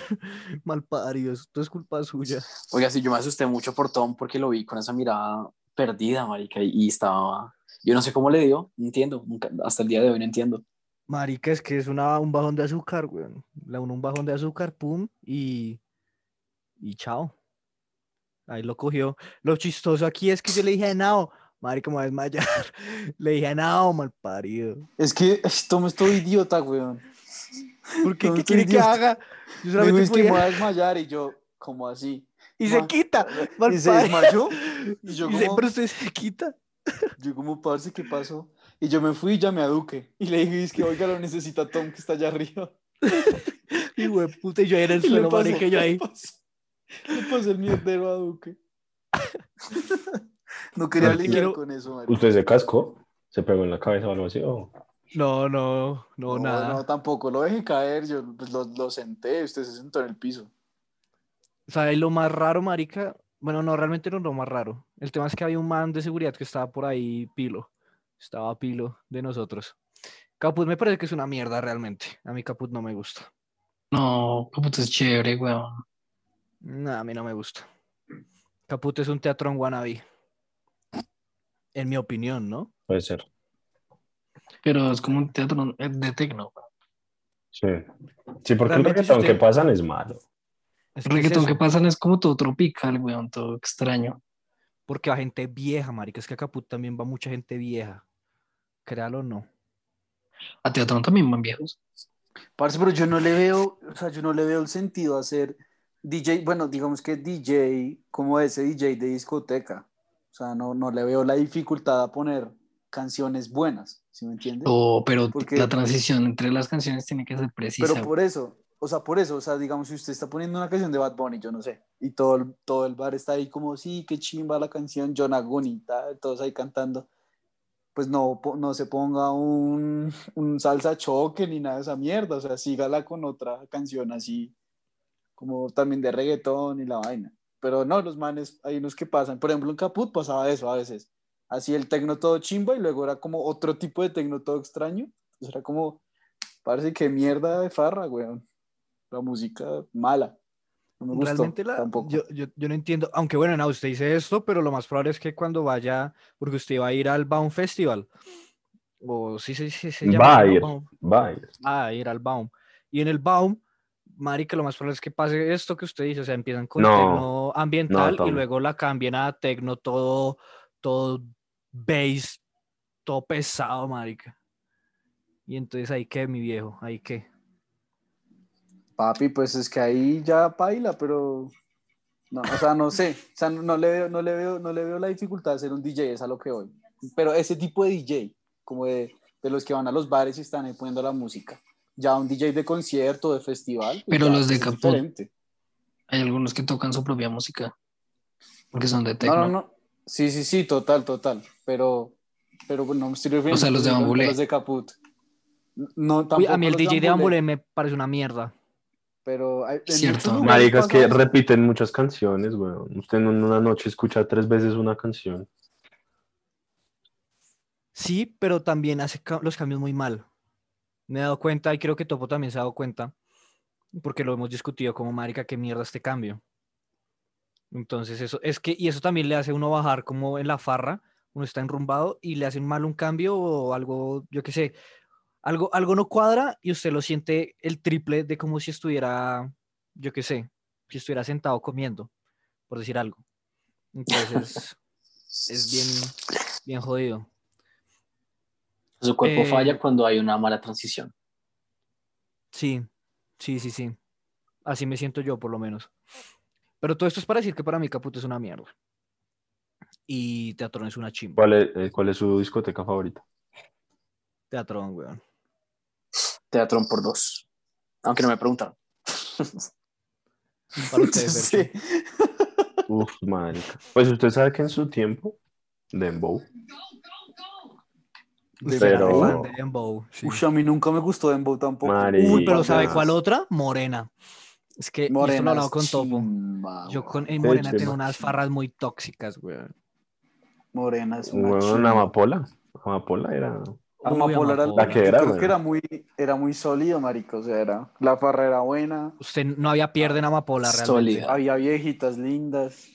Speaker 1: malparidos, esto es culpa suya.
Speaker 4: Oiga, sí, yo me asusté mucho por Tom porque lo vi con esa mirada perdida, marica, y y estaba... Yo no sé cómo le dio, no entiendo, nunca- hasta el día de hoy no entiendo.
Speaker 1: Marica, es que es una, un bajón de azúcar, weón. La uno un bajón de azúcar, pum, y, y chao. Ahí lo cogió. Lo chistoso aquí es que yo le dije a Nao, marica, me voy a desmayar. Le dije a Nao, malparido.
Speaker 5: Es que ay, Tom es todo idiota, weón.
Speaker 1: ¿Por qué?
Speaker 5: No,
Speaker 1: ¿Qué
Speaker 5: estoy
Speaker 1: quiere que
Speaker 5: idiota.
Speaker 1: haga? Yo
Speaker 5: Me dijo,
Speaker 1: solamente
Speaker 5: es que me voy
Speaker 1: podía-
Speaker 5: a desmayar y yo, como así.
Speaker 1: Y se
Speaker 5: ma-
Speaker 1: quita,
Speaker 5: Y se
Speaker 1: malparido.
Speaker 5: desmayó.
Speaker 1: Y
Speaker 5: Y yo
Speaker 1: se-
Speaker 5: como-
Speaker 1: pero usted se quita.
Speaker 5: Yo como, parce, ¿qué pasó? Y yo me fui y llamé a Duque. Y le dije, es que, oiga, lo necesita Tom, que está allá arriba.
Speaker 1: Y güey, puta, y yo ahí en el
Speaker 5: Y le
Speaker 1: suelo,
Speaker 5: pasé-
Speaker 1: marica, y yo
Speaker 5: le
Speaker 1: ahí.
Speaker 5: pasé- Le pasé el mierdero a Duque. No quería
Speaker 1: Pero
Speaker 5: lidiar
Speaker 1: quiero-
Speaker 5: con eso, marica.
Speaker 2: ¿Usted se cascó? ¿Se pegó en la cabeza o algo así? Oh, o?
Speaker 1: No, no, no, nada.
Speaker 5: no, tampoco. Lo dejé caer, yo pues, lo, lo senté, usted se sentó en el piso.
Speaker 1: O sea, y lo más raro, marica. Bueno, no, realmente no es lo más raro. El tema es que había un man de seguridad que estaba por ahí, pilo. Estaba pilo de nosotros. Caput me parece que es una mierda realmente. A mí Caput no me gusta.
Speaker 3: No, Caputo es chévere, weón.
Speaker 1: No, a mí no me gusta. Caput es un teatrón wannabe. En mi opinión, ¿no?
Speaker 2: Puede ser.
Speaker 3: Pero es como un teatro eh, de tecno. weón.
Speaker 2: Sí. Sí, porque el
Speaker 1: Realmente, si
Speaker 2: reggaetón
Speaker 1: usted-
Speaker 2: que pasan es malo.
Speaker 1: Es
Speaker 3: El
Speaker 1: que es
Speaker 3: reggaetón
Speaker 1: eso,
Speaker 3: que pasan es como todo tropical, weón, todo extraño.
Speaker 1: Porque va gente vieja, marica. Es que a Caput también va mucha gente vieja. Créalo o no.
Speaker 3: A teatro también van viejos.
Speaker 5: Parce, pero yo no le veo, o sea, yo no le veo el sentido a ser DJ, bueno, digamos que DJ, como ese DJ de discoteca. O sea, no, no le veo la dificultad a poner canciones buenas, ¿sí me entiende?
Speaker 3: No, pero
Speaker 5: Porque-
Speaker 3: la transición entre las canciones tiene que ser precisa.
Speaker 5: Pero por eso, o sea, por eso, o sea, digamos, si usted está poniendo una canción de Bad Bunny, yo no sé, y todo el, todo el bar está ahí como, sí, qué chimba la canción, John Aguni, tal, todos ahí cantando, pues no, po- no se ponga un, un salsa choque ni nada de esa mierda, o sea, sígala con otra canción así, como también de reggaetón y la vaina. Pero no, los manes, hay unos que pasan, por ejemplo, en Caput pasaba eso a veces, así el tecno todo chimba y luego era como otro tipo de tecno todo extraño, Entonces era como... Parece que mierda de farra, weón. La música mala. No me gustó
Speaker 1: Realmente la,
Speaker 5: tampoco.
Speaker 1: Yo, yo, yo no entiendo, aunque bueno, no, usted dice esto, pero lo más probable es que cuando vaya, porque usted va a ir al Baum Festival, o sí, sí, sí, se llama,
Speaker 2: Va a
Speaker 1: ¿no?
Speaker 2: ir.
Speaker 1: Baum.
Speaker 2: Vaya.
Speaker 1: Va a ir al Baum. Y en el Baum, marica, lo más probable es que pase esto que usted dice, o sea, empiezan con
Speaker 2: No,
Speaker 1: tecno ambiental y
Speaker 2: Tom.
Speaker 1: luego la cambian a tecno todo, todo bass, todo pesado, marica. Y entonces ahí qué, mi viejo, ahí qué.
Speaker 5: Papi, pues es que ahí ya baila, pero. No, o sea, no sé. O sea, no le veo, no le veo, no le veo la dificultad de ser un DJ, es a lo que voy. Pero ese tipo de DJ, como de, de los que van a los bares y están ahí poniendo la música. Ya un DJ de concierto, de festival. pues
Speaker 3: Pero
Speaker 5: ya,
Speaker 3: los de
Speaker 5: es
Speaker 3: Caput.
Speaker 5: diferente.
Speaker 3: Hay algunos que tocan su propia música. Porque son de
Speaker 5: No,
Speaker 3: tecno.
Speaker 5: no, no. Sí, sí, sí, total, total. Pero, pero no me estoy refiriendo
Speaker 3: O sea, los de
Speaker 5: específicamente a
Speaker 3: Bambulé.
Speaker 5: Los de Caput. No,
Speaker 1: Uy,
Speaker 5: tampoco
Speaker 1: a mí el
Speaker 5: los
Speaker 1: DJ de Ambulé me parece una mierda.
Speaker 5: pero hay- en
Speaker 3: Cierto.
Speaker 5: muchos lugares
Speaker 2: Marica, es
Speaker 5: pasa
Speaker 2: que
Speaker 5: eso.
Speaker 2: repiten muchas canciones, weón. Usted en una noche escucha tres veces una canción.
Speaker 1: Sí, pero también hace ca- los cambios muy mal. Me he dado cuenta y creo que Topo también se ha dado cuenta, porque lo hemos discutido como marica, qué mierda este cambio. Entonces eso es que y eso también le hace a uno bajar como en la farra, uno está enrumbado y le hacen mal un cambio o algo, yo qué sé, algo algo no cuadra y usted lo siente el triple de como si estuviera, yo qué sé, si estuviera sentado comiendo, por decir algo. Entonces es bien, bien jodido.
Speaker 4: Su cuerpo
Speaker 1: Eh,
Speaker 4: falla cuando hay una mala transición.
Speaker 1: Sí, sí, sí, sí. Así me siento yo, por lo menos. Pero todo esto es para decir que para mí Caputo es una mierda. Y Teatrón es una chimba.
Speaker 2: ¿Cuál es, eh, cuál es su discoteca favorita?
Speaker 1: Teatrón, weón.
Speaker 4: Teatrón por dos. Aunque no me preguntaron.
Speaker 1: Para ustedes, Fercho.
Speaker 2: Uf, madre. Pues usted sabe que en su tiempo, Dembow.
Speaker 1: Ustedes
Speaker 2: Pero-
Speaker 1: eran fan de Dembow, sí.
Speaker 5: Uy, a mí nunca me gustó Dembow tampoco.
Speaker 2: Mari-
Speaker 1: Uy, pero ¿sabe
Speaker 2: Marica.
Speaker 1: cuál otra? Morena. Es que y esto lo he hablado con Topo.
Speaker 5: chimba,
Speaker 1: Yo con en
Speaker 2: Qué
Speaker 1: Morena tengo
Speaker 2: chimba.
Speaker 1: unas farras muy tóxicas, weón.
Speaker 5: Morena es una
Speaker 2: Bueno,
Speaker 5: chimba.
Speaker 2: Amapola. Amapola era.
Speaker 5: Ah, Amapola era
Speaker 1: Amapola.
Speaker 2: La que era,
Speaker 5: Creo
Speaker 2: güey.
Speaker 5: que era muy, era muy sólido, marico. O sea, era la farra era buena.
Speaker 1: Usted no había pierde en Amapola, realmente.
Speaker 4: Sólida.
Speaker 5: Había viejitas lindas.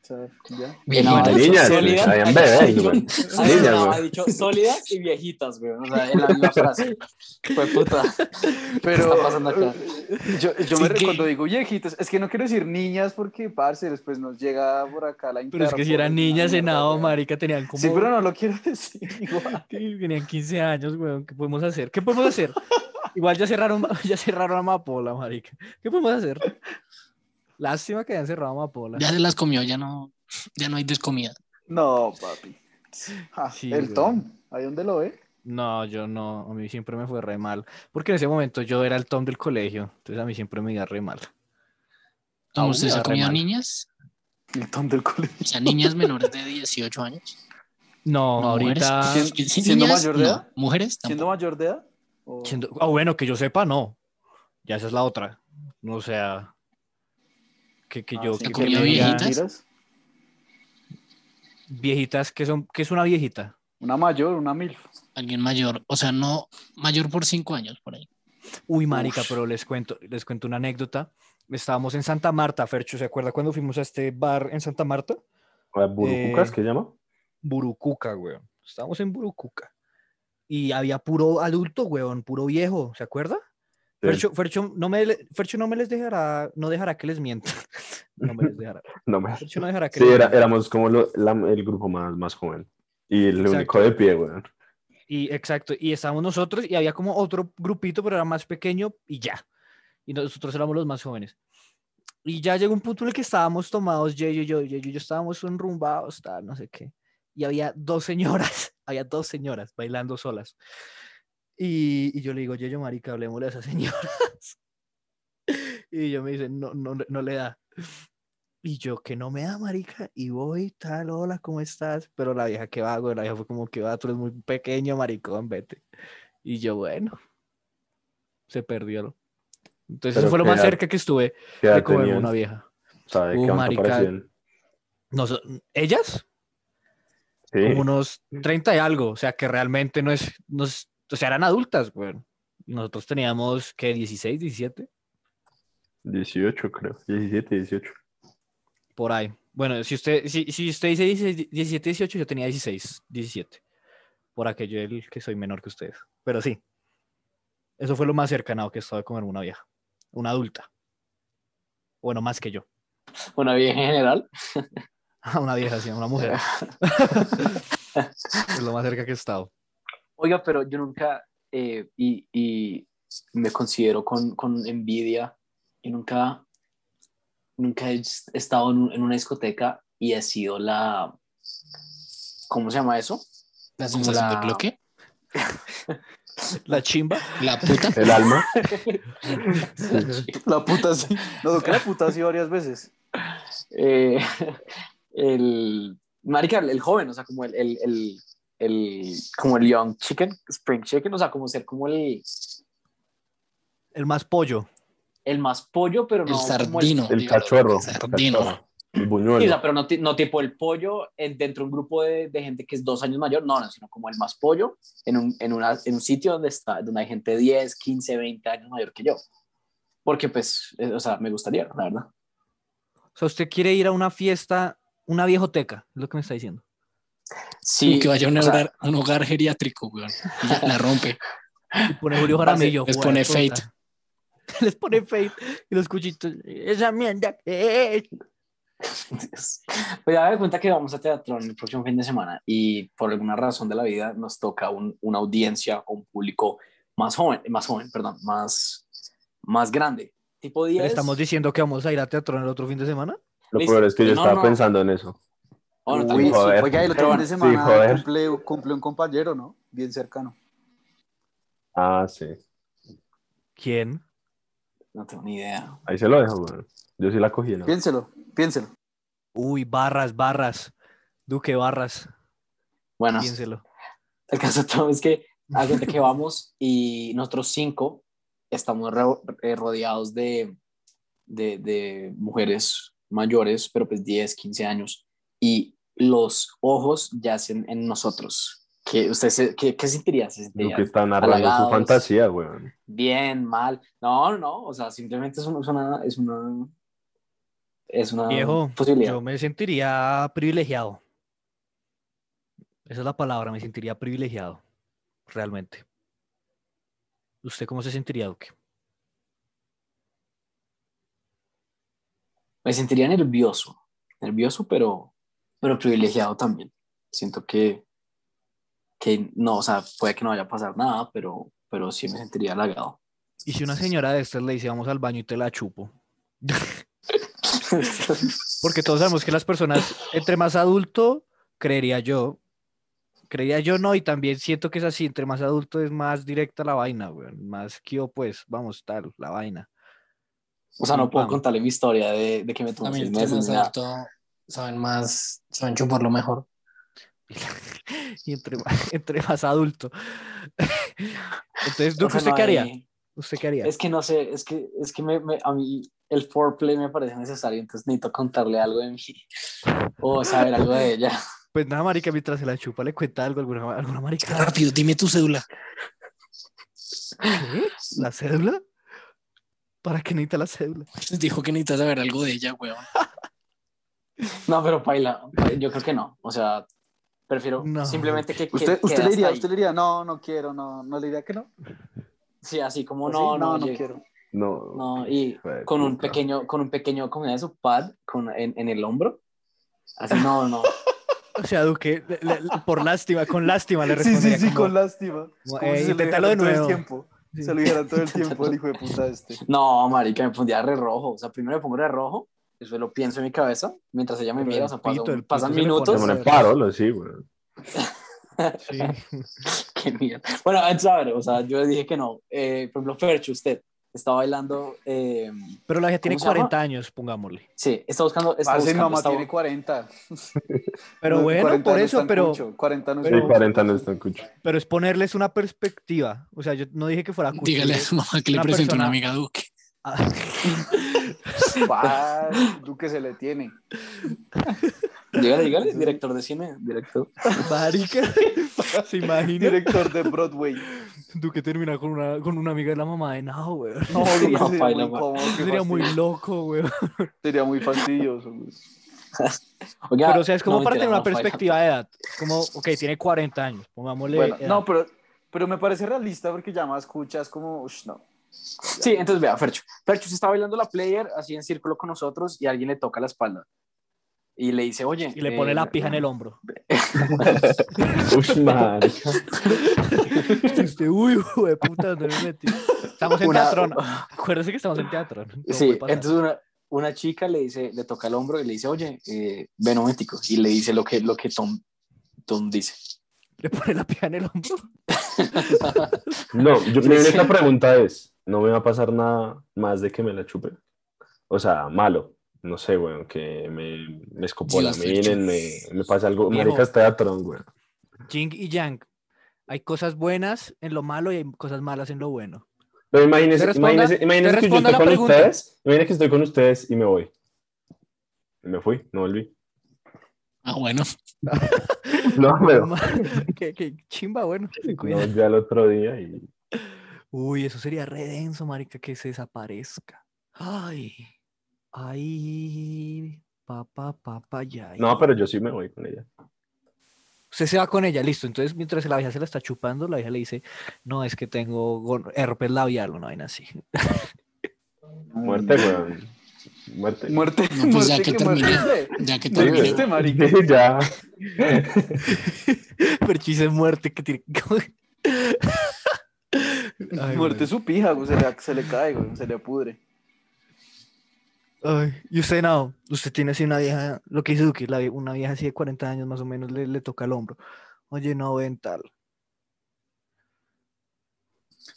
Speaker 5: o sea, ya.
Speaker 3: Bien,
Speaker 4: No,
Speaker 3: ahora,
Speaker 4: yo-
Speaker 2: Niñas,
Speaker 4: sólida.
Speaker 2: habían bebés, güey.
Speaker 4: Ay,
Speaker 2: Niñas,
Speaker 4: no, ha
Speaker 2: güey.
Speaker 4: dicho sólidas y viejitas, güey. O sea, en la misma frase. Pues puta.
Speaker 5: Pero eh,
Speaker 4: está pasando acá?
Speaker 5: yo, yo me recuerdo, cuando digo viejitas, es que no quiero decir niñas porque, parce, después nos llega por acá la
Speaker 1: Pero es que si
Speaker 5: Interpol,
Speaker 1: eran
Speaker 5: una
Speaker 1: niñas
Speaker 5: mierda,
Speaker 1: enado,
Speaker 5: güey.
Speaker 1: marica, tenían como...
Speaker 5: Sí, pero no lo quiero decir igual.
Speaker 1: Tenían 15 años, weón. ¿Qué podemos hacer? ¿Qué podemos hacer? Igual ya cerraron, ya cerraron Amapola, marica. ¿Qué podemos hacer? Lástima que hayan cerrado Amapola.
Speaker 3: Ya se las comió, ya no, ya no hay descomida.
Speaker 5: No, papi. Ah,
Speaker 1: Sí,
Speaker 5: el
Speaker 1: güey.
Speaker 5: Tom, ahí donde lo ve.
Speaker 1: No, yo no. A mí siempre me fue re mal. Porque en ese momento yo era el tom del colegio. Entonces a mí siempre me iba re mal. Ah,
Speaker 3: Como ¿Usted
Speaker 1: uy,
Speaker 3: se ha
Speaker 1: re
Speaker 3: comido
Speaker 1: mal.
Speaker 3: niñas?
Speaker 5: El Tom del colegio.
Speaker 3: O sea, niñas menores de 18 años.
Speaker 1: No,
Speaker 3: No,
Speaker 1: ahorita.
Speaker 5: ¿Quién-
Speaker 3: Sí,
Speaker 5: siendo mayor de
Speaker 3: no.
Speaker 5: edad?
Speaker 3: Mujeres
Speaker 5: ¿Siendo
Speaker 3: tampoco.
Speaker 5: mayor de edad? o-
Speaker 1: siendo- Ah, bueno, que yo sepa, no. Ya esa es la otra. O sea. Que, que
Speaker 5: Ah,
Speaker 1: yo.
Speaker 5: sí,
Speaker 1: que-
Speaker 5: que
Speaker 1: que
Speaker 5: me
Speaker 1: me
Speaker 3: comió
Speaker 1: diga-
Speaker 5: digan
Speaker 3: viejitas?
Speaker 5: mentiras.
Speaker 1: Viejitas, que son, que es una viejita.
Speaker 5: Una mayor, una milf.
Speaker 3: Alguien mayor. O sea, no mayor por 5 años por ahí.
Speaker 1: Uy, marica,
Speaker 5: Ush.
Speaker 1: pero les cuento, les cuento una anécdota. Estábamos en Santa Marta, Fercho, ¿se acuerda cuando fuimos a este bar en Santa Marta?
Speaker 2: ¿Burucucas
Speaker 1: Eh,
Speaker 2: qué llama?
Speaker 1: Burucuca, weón. Estábamos en Burucuca. Y había puro adulto, weón, puro viejo, ¿se acuerda? Fercho, Fercho no me, le- Fercho no me les dejará, no dejará que les mienta. No me les dejará.
Speaker 2: Eh, No me.
Speaker 1: Fercho no dejará que
Speaker 2: Sí,
Speaker 1: les
Speaker 2: era-
Speaker 1: mienta.
Speaker 2: éramos como lo- la- el grupo más, más joven. Y el
Speaker 1: Exacto.
Speaker 2: único de pie, güey.
Speaker 1: Y exacto, y estábamos nosotros y había como otro grupito, pero era más pequeño y ya. Y nosotros éramos los más jóvenes. Y ya llegó un punto en el que estábamos tomados, yo, yo, yo, yo, yo, yo estábamos enrumbados, tal, no sé qué. Y había dos señoras, había dos señoras bailando solas. Y, y yo le digo, yo, yo, marica, hablemosle a esas señoras. Y yo me dice, no, no, le- no le da. Y yo, que no me da, marica, y voy, tal, hola, ¿cómo estás? Pero la vieja, que vago, la vieja fue como, que va, tú eres muy pequeño, maricón, vete. Y yo, bueno, se perdió. Entonces, eso
Speaker 2: Pero
Speaker 1: fue lo
Speaker 2: qué
Speaker 1: más
Speaker 2: edad-
Speaker 1: cerca que estuve
Speaker 2: ¿Qué edad
Speaker 1: de comerme
Speaker 2: tenían?
Speaker 1: una vieja.
Speaker 2: ¿Sabe
Speaker 1: Uh,
Speaker 2: qué banco
Speaker 1: marica.
Speaker 2: parecían?
Speaker 1: No, so- ¿Ellas?
Speaker 2: Sí.
Speaker 1: Como unos 30 y algo, o sea, que realmente no es, no es- o sea, eran adultas, bueno. Nosotros teníamos, ¿qué? 16, 17,
Speaker 2: 18, creo. 17, 18.
Speaker 1: por ahí. Bueno, si usted, si, si usted dice 16, 17, 18, yo tenía 16, 17. Por aquello del que soy menor que ustedes. Pero sí, eso fue lo más cercano que estaba de comer una vieja, una adulta. Bueno, más que yo.
Speaker 4: Una vieja en general.
Speaker 1: A una vieja, sí, a una mujer. es lo más cerca que he estado.
Speaker 4: Oiga, pero yo nunca, eh, y, y me considero con, con envidia, y nunca, nunca he estado en, un- en una discoteca y he sido la, ¿cómo se llama eso?
Speaker 3: La
Speaker 4: Como
Speaker 3: sensación
Speaker 4: la-
Speaker 3: de bloque.
Speaker 1: La chimba.
Speaker 3: La puta.
Speaker 2: El alma.
Speaker 5: La puta sí. No, que la puta sí varias veces.
Speaker 4: Eh, el, marica, el, el joven, o sea, como el, el, el, el- como el young chicken, spring chicken, o sea, como ser como el,
Speaker 1: El más pollo.
Speaker 4: el más pollo, pero no
Speaker 3: El
Speaker 4: como el-
Speaker 3: sardino.
Speaker 2: El
Speaker 3: digamos,
Speaker 2: cachorro.
Speaker 3: El sardino.
Speaker 2: cachorro, El
Speaker 4: Sí, o sea,
Speaker 2: buñuelo.
Speaker 4: pero no, ti- no tipo el pollo en- dentro de un grupo de, de gente que es dos años mayor, no, no, sino como el más pollo en un, en una- en un sitio donde, está, donde hay gente 10, 15, 20 años mayor que yo. Porque pues, eh, o sea, me gustaría, la verdad.
Speaker 1: O sea, usted quiere ir a una fiesta, una viejoteca, es lo que me está diciendo.
Speaker 4: Sí,
Speaker 3: que vaya a un
Speaker 4: o sea,
Speaker 3: hogar, un hogar geriátrico, weón. Y ya la rompe.
Speaker 1: Y pone Julio
Speaker 4: Parce,
Speaker 1: Jaramillo.
Speaker 3: les
Speaker 1: hijo de
Speaker 3: pone
Speaker 1: puta.
Speaker 3: Fate.
Speaker 1: Les pone Fate y los cuchitos. Esa mierda. que es".
Speaker 4: Pues ya me doy cuenta que vamos a teatro el próximo fin de semana y por alguna razón de la vida nos toca un- una audiencia o un público más joven, más joven, perdón, más, más grande. Tipo 10.
Speaker 1: ¿Le estamos diciendo que vamos a ir a teatro en el otro fin de semana?
Speaker 2: Lo
Speaker 4: Listo.
Speaker 2: peor es que yo
Speaker 4: No,
Speaker 2: estaba
Speaker 4: no.
Speaker 2: pensando en eso.
Speaker 4: Bueno,
Speaker 2: Uy,
Speaker 4: tal vez.
Speaker 2: joder.
Speaker 5: Oiga, el otro
Speaker 4: Pero
Speaker 5: fin de
Speaker 4: bueno,
Speaker 2: sí,
Speaker 5: semana
Speaker 2: joder.
Speaker 5: cumple, cumple un compañero, ¿no? Bien cercano.
Speaker 2: Ah, sí.
Speaker 1: ¿Quién?
Speaker 4: No tengo ni idea.
Speaker 2: Ahí se lo dejo, weón. Yo sí la cogí, ¿no?
Speaker 5: Piénselo, piénselo.
Speaker 1: Uy, barras, barras. Duque, barras.
Speaker 4: Bueno,
Speaker 1: Piénselo.
Speaker 4: El caso todo es que haz cuenta que vamos y nosotros cinco estamos ro- eh, rodeados de, de, de mujeres mayores, pero pues 10, 15 años, y los ojos yacen en nosotros. ¿Qué, usted se- qué, qué sentiría? ¿Se
Speaker 2: Lo
Speaker 4: sentiría
Speaker 2: que está narrando su
Speaker 4: Halagados.
Speaker 2: fantasía, weón.
Speaker 4: bien, mal? No, no, o sea, simplemente es una... Es una, es una es una
Speaker 1: Viejo,
Speaker 4: posibilidad.
Speaker 1: Yo me sentiría privilegiado. Esa es la palabra, me sentiría privilegiado. Realmente. ¿Usted cómo se sentiría, Duque?
Speaker 4: me sentiría nervioso, nervioso, pero, pero privilegiado también. Siento que, que no, o sea, puede que no vaya a pasar nada, pero, pero sí me sentiría halagado.
Speaker 1: Y si una señora de estas le dice vamos al baño y te la chupo. Porque todos sabemos que las personas, entre más adulto, creería yo. Creería yo no, y también siento que es así, entre más adulto es más directa la vaina, güey. Más que yo, pues, vamos, tal, la vaina.
Speaker 4: O sea, no puedo
Speaker 1: Pam.
Speaker 4: contarle mi historia de, de que me tomé
Speaker 3: También
Speaker 4: seis
Speaker 3: entre más
Speaker 4: meses. ni nada.
Speaker 3: alto, saben más, saben chuparlo mejor.
Speaker 1: Y entre, más- entre más adulto. Entonces, Duque,
Speaker 4: O sea,
Speaker 1: ¿usted
Speaker 4: no
Speaker 1: qué haría?
Speaker 4: hay-
Speaker 1: ¿Usted qué haría?
Speaker 4: Es que no sé, es que, es que me, me- a mí el foreplay me parece necesario, entonces necesito contarle algo de mí o saber algo de ella.
Speaker 1: Pues nada, marica, mientras se la chupa, le cuenta algo, alguna, alguna marica.
Speaker 3: Rápido, dime tu cédula.
Speaker 1: ¿Qué? ¿La cédula? ¿Para qué necesita la cédula?
Speaker 3: Dijo que necesitas saber algo de ella, weón.
Speaker 4: No, pero Paila, yo creo que no. O sea, prefiero
Speaker 1: No.
Speaker 4: simplemente que. que quede
Speaker 5: Usted, usted le
Speaker 4: hasta
Speaker 5: diría,
Speaker 4: ahí.
Speaker 5: usted le diría, no, no quiero, no, no le diría que no.
Speaker 4: Sí, así como
Speaker 1: Pues
Speaker 5: Así,
Speaker 4: no, no,
Speaker 5: no,
Speaker 4: yo-
Speaker 5: quiero.
Speaker 2: No. pues,
Speaker 4: no, y
Speaker 2: Fue de
Speaker 4: con un
Speaker 2: puta.
Speaker 4: pequeño, con un pequeño, como de su pad con, en, en el hombro. Así, no, no.
Speaker 1: O sea, Duque, le- le- le- por lástima, con lástima le
Speaker 5: Sí, sí,
Speaker 1: respondería.
Speaker 5: sí,
Speaker 1: como,
Speaker 5: con lástima. Es
Speaker 1: como,
Speaker 5: como
Speaker 1: "Eh,
Speaker 5: si se lo
Speaker 1: inténtalo de
Speaker 5: dijeran todo
Speaker 1: nuevo".
Speaker 5: el tiempo.
Speaker 1: Sí.
Speaker 5: Se lo dijeran todo el tiempo el hijo de puta este.
Speaker 4: No, marica, me pondría re rojo. O sea, primero me pongo re rojo, eso lo pienso en mi cabeza, mientras ella me
Speaker 1: Pero
Speaker 4: mira,
Speaker 1: el
Speaker 4: o sea, pasa
Speaker 1: pito,
Speaker 4: un-
Speaker 1: el pito
Speaker 4: pasan
Speaker 1: se le pone
Speaker 2: Se
Speaker 4: minutos.
Speaker 2: pone parolo, sí, weón.
Speaker 1: Sí.
Speaker 4: Qué mierda. Bueno, es saber, o sea, yo dije que no. Eh, por ejemplo, Fercho, usted está bailando, eh,
Speaker 1: Pero la que tiene
Speaker 4: ¿Cómo se llama?
Speaker 1: 40 años, pongámosle.
Speaker 4: sí, está buscando, está
Speaker 1: Ah,
Speaker 5: Parce, mi
Speaker 4: buscando,
Speaker 5: mamá
Speaker 4: está-
Speaker 5: tiene 40.
Speaker 1: Pero
Speaker 5: No,
Speaker 1: bueno,
Speaker 5: 40
Speaker 1: por
Speaker 5: no
Speaker 1: eso,
Speaker 5: están
Speaker 1: pero,
Speaker 5: cucho, 40 no
Speaker 1: pero-
Speaker 2: Sí,
Speaker 5: están
Speaker 2: 40 no están cucho.
Speaker 1: pero es ponerles una perspectiva. O sea, yo no dije que fuera cucho,
Speaker 3: Dígale a
Speaker 1: dije-
Speaker 3: su mamá que le
Speaker 1: Una
Speaker 3: presento a una
Speaker 1: persona-
Speaker 3: amiga Duque.
Speaker 1: Ah,
Speaker 5: Parce, Duque se le tiene.
Speaker 4: Dígale, dígale, director de cine, director.
Speaker 1: marica, se imagina.
Speaker 5: Director de Broadway.
Speaker 1: Duque termina con una, con una amiga de la mamá de Nao, weón.
Speaker 5: No, Duque
Speaker 4: No,
Speaker 5: sería,
Speaker 4: paila,
Speaker 5: muy
Speaker 4: ma-
Speaker 5: incómodo, qué
Speaker 1: Sería muy
Speaker 5: fastidio.
Speaker 1: loco, weón.
Speaker 5: Sería muy fastidioso. pues. güey.
Speaker 4: Oiga,
Speaker 1: Pero, o sea, es como
Speaker 4: no,
Speaker 1: para
Speaker 4: mentira,
Speaker 1: tener una
Speaker 4: no, paila.
Speaker 1: perspectiva de edad. Es como, ok, tiene 40 años, pongámosle.
Speaker 5: Bueno,
Speaker 1: edad.
Speaker 5: no, pero, pero me parece realista porque ya más escuchas como, ush, no.
Speaker 4: Sí, entonces vea, Fercho. Fercho se está bailando la player así en círculo con nosotros y alguien le toca la espalda. Y le dice, oye.
Speaker 1: Y le pone
Speaker 4: eh,
Speaker 1: la pija en el hombro.
Speaker 2: Uy, marica.
Speaker 1: Y usted, Este, uy, hijo de puta, ¿dónde me metí? Estamos en
Speaker 4: Una-
Speaker 1: teatro. ¿no? Acuérdese que estamos en teatro. ¿no? Todo
Speaker 4: Sí,
Speaker 1: puede pasar.
Speaker 4: entonces una, una chica le dice, le toca el hombro y le dice, oye, eh, ven un momentico. Y le dice lo que, lo que Tom, Tom dice.
Speaker 1: Le pone la pija en el hombro.
Speaker 2: No, yo,
Speaker 4: Sí,
Speaker 2: mi
Speaker 4: sí.
Speaker 2: única pregunta es, ¿no me va a pasar nada más de que me la chupe? O sea, malo. No sé, weón, que me, me escopolaminen, me, me pase algo.
Speaker 1: Viejo.
Speaker 2: Marica, está atrón, weón.
Speaker 1: Jing y Yang. Hay cosas buenas en lo malo y hay cosas malas en lo bueno.
Speaker 2: Pero imagínese,
Speaker 1: Te responda-
Speaker 2: imagínese, imagínese
Speaker 1: te
Speaker 2: que yo
Speaker 1: responda
Speaker 2: estoy
Speaker 1: la
Speaker 2: con
Speaker 1: pregunta.
Speaker 2: ustedes, imagínese que estoy con ustedes y me voy. Y Me fui, no volví.
Speaker 3: Ah, bueno.
Speaker 2: No, pero
Speaker 1: qué, qué chimba, bueno. se
Speaker 2: no
Speaker 1: cuida.
Speaker 2: volví al otro día y
Speaker 1: Uy, eso sería redenso, marica, que se desaparezca. Ay, ay, papá, papá, ya.
Speaker 2: no, pero yo sí me voy con ella.
Speaker 1: Usted se va con ella, listo. Entonces, mientras la vieja se la está chupando, la vieja le dice, no, es que tengo gon- herpes labial, una vaina así.
Speaker 2: Mm. Muerte, weón. Muerte.
Speaker 5: Muerte,
Speaker 3: No, pues ya
Speaker 5: muerte
Speaker 3: que
Speaker 5: muerte,
Speaker 3: terminé,
Speaker 5: hombre.
Speaker 3: ya que
Speaker 5: No
Speaker 3: terminé.
Speaker 5: existe, este marica.
Speaker 2: ya.
Speaker 1: Fercho dice muerte que tiene. Ay,
Speaker 5: Muerte su pija, güey, se le, se le cae, güey, se le pudre.
Speaker 1: Ay, y usted no, usted tiene así una vieja, lo que dice Duque, la vie- una vieja así de 40 años más o menos le, le toca el hombro. Oye, no ven tal.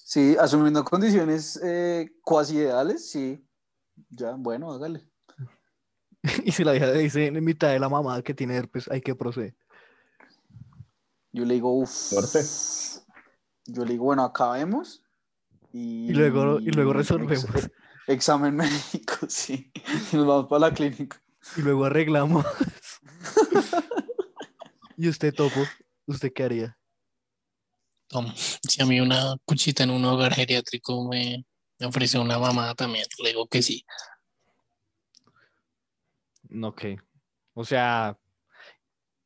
Speaker 5: Sí, asumiendo condiciones eh, cuasi ideales, sí. Ya, bueno, hágale.
Speaker 1: Y si la vieja le dice en mitad de la mamada que tiene herpes, hay que proceder.
Speaker 5: Yo le digo, uff.
Speaker 2: Suerte.
Speaker 5: Yo le digo, bueno, acabemos. Y,
Speaker 1: Y luego, y luego resolvemos.
Speaker 5: Ex- examen médico, sí. Y Nos vamos para la clínica.
Speaker 1: Y luego arreglamos. y usted topo, ¿usted qué haría?
Speaker 3: Tom, si a mí una cuchita en un hogar geriátrico me, me ofrece una mamada también, le digo que sí.
Speaker 1: No, que. O sea,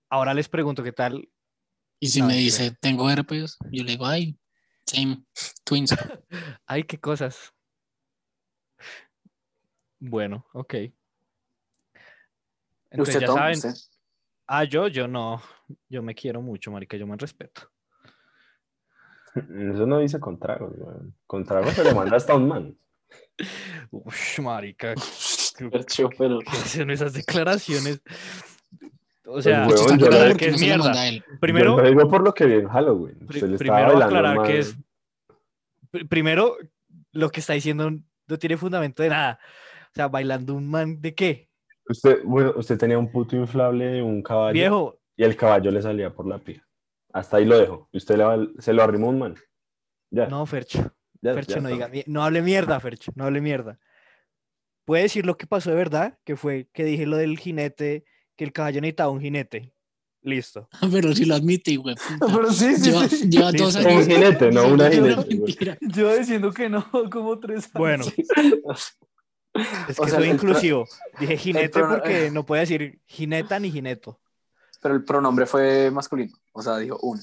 Speaker 1: ahora les pregunto qué tal.
Speaker 3: Y si
Speaker 1: No,
Speaker 3: me
Speaker 1: mentira.
Speaker 3: dice, tengo herpes, yo le digo, ay, same, twins.
Speaker 1: Ay, qué cosas. Bueno, ok. Entonces,
Speaker 5: usted,
Speaker 1: ya
Speaker 5: Tom,
Speaker 1: saben,
Speaker 5: usted.
Speaker 1: Ah, yo, yo no. Yo me quiero mucho, marica, yo me respeto.
Speaker 2: Eso no dice con tragos, weón. Con tragos se le manda hasta un man.
Speaker 1: Ush, marica,
Speaker 4: Fercho, pero
Speaker 1: ¿qué son esas declaraciones? O
Speaker 2: El
Speaker 1: sea,
Speaker 2: huevón,
Speaker 3: Cuchita
Speaker 2: yo
Speaker 3: colada
Speaker 1: aclarar
Speaker 2: la-
Speaker 3: porque
Speaker 1: que
Speaker 3: no
Speaker 1: es
Speaker 3: se la
Speaker 1: mierda.
Speaker 3: manda él.
Speaker 1: Primero,
Speaker 2: Yo lo digo por lo que vi en Halloween.
Speaker 1: pri-
Speaker 2: Se le estaba
Speaker 1: primero
Speaker 2: bailando
Speaker 1: aclarar
Speaker 2: un
Speaker 1: que
Speaker 2: man.
Speaker 1: es. pr- Primero, lo que está diciendo no tiene fundamento de nada. O sea, bailando un man de qué?
Speaker 2: Usted, bueno, usted tenía un puto inflable de un caballo
Speaker 1: Viejo,
Speaker 2: y el caballo le salía por la pija. Hasta ahí lo dejo. Y usted le va- se lo arrimó un man. Ya.
Speaker 1: no, Fercho.
Speaker 2: ya,
Speaker 1: Fercho,
Speaker 2: ya
Speaker 1: no diga,
Speaker 2: está.
Speaker 1: mi- no hable mierda, Fercho, no hable mierda. Puede decir lo que pasó de verdad, que fue que dije lo del jinete, que el caballo necesitaba un jinete. Listo.
Speaker 3: Pero si lo admite, güey.
Speaker 5: Pero sí, sí,
Speaker 3: Lleva,
Speaker 5: sí.
Speaker 3: lleva dos
Speaker 1: Listo.
Speaker 3: años.
Speaker 2: Un jinete, no una
Speaker 3: diciendo
Speaker 2: jinete, güey.
Speaker 3: mentira.
Speaker 5: Yo diciendo que no, como tres años.
Speaker 1: Bueno. Es que
Speaker 5: O sea,
Speaker 1: soy
Speaker 5: el pro-
Speaker 1: inclusivo. Dije jinete
Speaker 5: pro-
Speaker 1: porque no puede decir jineta ni jineto.
Speaker 4: Pero el pronombre fue masculino. O sea, dijo un.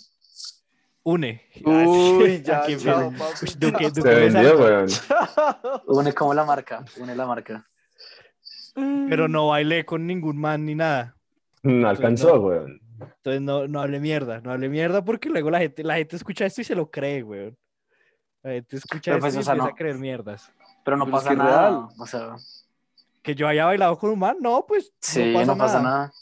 Speaker 1: Une. Ah,
Speaker 5: Uy, ya,
Speaker 1: Aquí
Speaker 5: chao,
Speaker 1: viene.
Speaker 5: papi.
Speaker 1: Uy, Duque-
Speaker 2: Se
Speaker 1: Duque me
Speaker 2: vendió,
Speaker 1: salva.
Speaker 2: weón.
Speaker 4: Une como la marca. Une la marca.
Speaker 1: Pero no bailé con ningún man ni nada.
Speaker 2: No alcanzó, weón.
Speaker 1: Entonces no, no hable mierda. No hable mierda porque luego la gente, la gente escucha esto y se lo cree, weón. La gente escucha
Speaker 4: Pero
Speaker 1: esto
Speaker 4: pues,
Speaker 1: y
Speaker 4: o sea,
Speaker 1: empieza
Speaker 4: no.
Speaker 1: a creer mierdas.
Speaker 4: Pero no
Speaker 5: Pero es
Speaker 4: pasa
Speaker 5: que es
Speaker 4: nada.
Speaker 5: real.
Speaker 4: O sea,
Speaker 1: Que yo haya bailado con un man, no, pues
Speaker 4: sí, no pasa, nada.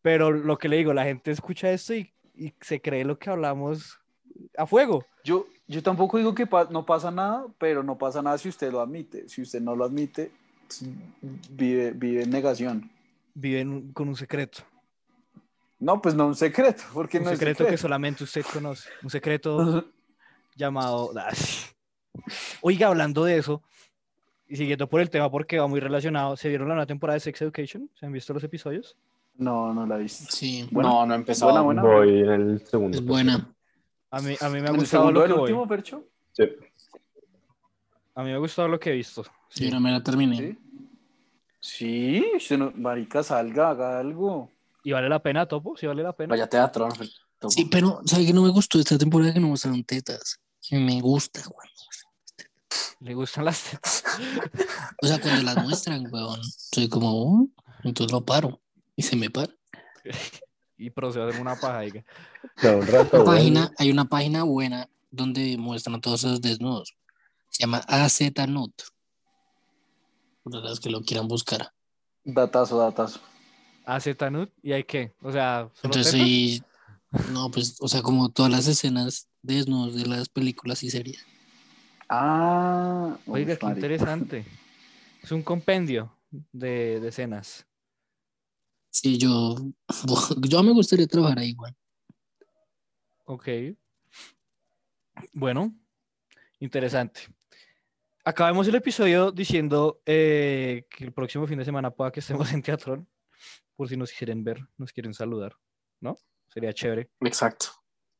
Speaker 1: Pero lo que le digo, la gente escucha esto y, y se cree lo que hablamos a fuego.
Speaker 5: Yo, yo tampoco digo que pa- no pasa nada, pero no pasa nada si usted lo admite. Si usted no lo admite, pues, vive, vive en negación.
Speaker 1: Viven con un secreto.
Speaker 5: No, pues no un secreto, porque
Speaker 1: Un
Speaker 5: no
Speaker 1: secreto que
Speaker 5: es
Speaker 1: solamente usted conoce. Un secreto
Speaker 5: secreto.
Speaker 1: llamado. Ah, sí. Oiga, hablando de eso, y siguiendo por el tema porque va muy relacionado, ¿se vieron la nueva temporada de Sex Education? ¿Se han visto los episodios?
Speaker 5: No, no la he visto.
Speaker 3: Sí,
Speaker 5: Bueno,
Speaker 4: no, no empezó.
Speaker 5: buena, buena.
Speaker 2: Voy en el segundo.
Speaker 3: es buena.
Speaker 1: A mí, a mí me ha
Speaker 5: ¿El
Speaker 1: gustado lo
Speaker 5: segundo del
Speaker 1: que voy.
Speaker 5: último, Percho?
Speaker 2: Sí.
Speaker 1: A mí me ha gustado lo que he visto.
Speaker 3: Yo
Speaker 1: sí.
Speaker 3: no me la terminé.
Speaker 5: Sí. Sí, usted no- marica, salga, haga algo.
Speaker 1: ¿Y vale la pena, Topo? ¿Sí vale la pena?
Speaker 4: Vaya teatro. ¿no? Topo.
Speaker 3: Sí, pero ¿sabes qué no me gustó esta temporada que no mostraron tetas? Y Me gusta, güey.
Speaker 1: ¿Le gustan las tetas?
Speaker 3: O sea, cuando las muestran, weón, soy como, "Oh", entonces lo paro y se me para.
Speaker 1: Y procedo a hacer una paja. diga.
Speaker 2: No, un rato,
Speaker 3: Una
Speaker 2: weón.
Speaker 3: página, hay una página buena donde muestran todos esos desnudos. Se llama AZNUT. Para las que lo quieran buscar.
Speaker 5: Datazo, datazo.
Speaker 1: Hace tanut y hay que. O sea, ¿solo
Speaker 3: Entonces,
Speaker 1: tetas?
Speaker 3: sí, no, pues, o sea, como todas las escenas de desnudos de las películas y series.
Speaker 5: Ah,
Speaker 1: Oiga,
Speaker 5: uy,
Speaker 1: qué
Speaker 5: marica.
Speaker 1: interesante. Es un compendio de, de escenas.
Speaker 3: Sí, yo, yo me gustaría trabajar ahí, weón.
Speaker 1: Ok. Bueno, interesante. Acabemos el episodio diciendo eh, que el próximo fin de semana pueda que estemos en Teatrón, por si nos quieren ver, nos quieren saludar, ¿no? Sería chévere.
Speaker 4: Exacto.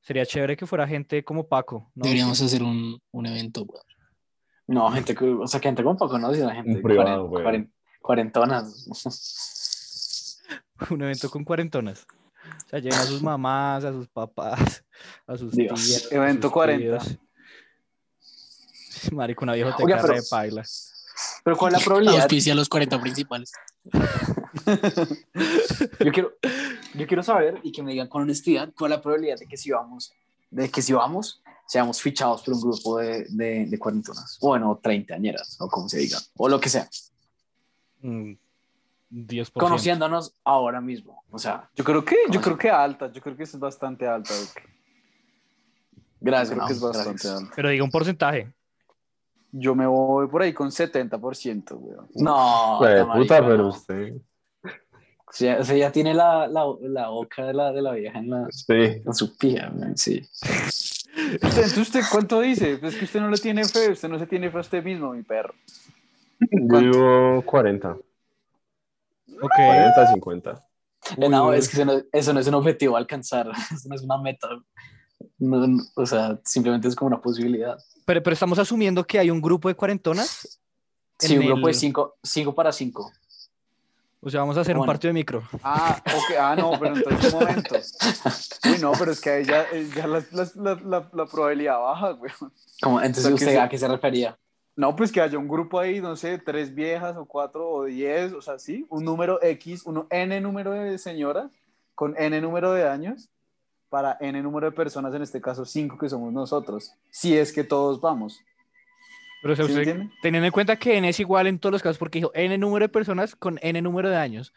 Speaker 1: Sería chévere que fuera gente como Paco, ¿no?
Speaker 3: Deberíamos hacer un, un evento, weón.
Speaker 4: No, gente que, o sea, que gente con poco, ¿no? Sino gente
Speaker 2: Un privado, güey.
Speaker 4: cuaren- cuaren- cuarentonas.
Speaker 1: Un evento con cuarentonas. O sea, lleven a sus mamás, a sus papás, a sus
Speaker 4: Dios,
Speaker 1: tías. a
Speaker 5: evento
Speaker 1: sus
Speaker 5: 40.
Speaker 1: tíos. Marico, una viejoteca
Speaker 4: Oiga, pero-
Speaker 1: re paila.
Speaker 4: Pero ¿cuál es la probabilidad?
Speaker 3: Auspicia a los 40 principales.
Speaker 4: Yo quiero, yo quiero saber y que me digan con honestidad cuál es la probabilidad de que si vamos, de que si vamos, seamos fichados por un grupo de, de, de cuarentonas, o bueno, treintañeras, o como se diga, o lo que sea,
Speaker 1: Mm, 10%.
Speaker 4: conociéndonos ahora mismo. O sea,
Speaker 5: Yo creo que, yo
Speaker 4: ¿Cómo
Speaker 5: creo que alta, yo creo que es bastante alta. Doc.
Speaker 4: gracias,
Speaker 5: Creo que es
Speaker 4: Mau,
Speaker 5: bastante
Speaker 4: gracias.
Speaker 5: alta.
Speaker 1: Pero diga un porcentaje.
Speaker 5: Yo me voy por ahí con 70%, weón.
Speaker 4: No,
Speaker 2: Hijo de
Speaker 4: no, marica,
Speaker 2: puta, pero
Speaker 4: no.
Speaker 2: usted.
Speaker 4: O sea, o sea, ya tiene la, la, la boca de la, de la vieja en, la,
Speaker 2: Sí.
Speaker 4: en su pija, man, sí.
Speaker 5: Usted, entonces, ¿usted cuánto dice? Pues que usted no le tiene fe, usted no se tiene fe a usted mismo, mi perro.
Speaker 2: Yo digo 40.
Speaker 1: Ok.
Speaker 2: 40, 50.
Speaker 4: Eh, No, es que eso no, eso no es un objetivo a alcanzar, eso no es una meta. No, no, o sea, simplemente es como una posibilidad.
Speaker 1: Pero, pero estamos asumiendo que hay un grupo de cuarentonas.
Speaker 4: Sí,
Speaker 1: En
Speaker 4: un grupo de
Speaker 1: el-
Speaker 4: 5 cinco para 5.
Speaker 1: O sea, vamos a hacer un
Speaker 4: Bueno.
Speaker 1: partido de micro.
Speaker 5: Ah, ok, ah, no, pero entonces un momento. Uy, no, pero es que ahí ya, eh, ya las- las- la, la- la probabilidad baja, weón.
Speaker 4: Entonces,
Speaker 5: O sea, que
Speaker 4: ¿usted
Speaker 5: sí.
Speaker 4: a qué se refería?
Speaker 5: No, pues que haya un grupo ahí, no sé, tres viejas o cuatro o diez, o sea, sí, un número X, uno N número de señoras con N número de años para N número de personas, en este caso cinco que somos nosotros, si es que todos vamos.
Speaker 1: Pero o sea,
Speaker 5: ¿Sí me
Speaker 1: usted-
Speaker 5: entiende?
Speaker 1: teniendo en cuenta que n es igual en todos los casos, porque dijo n número de personas con n número de años.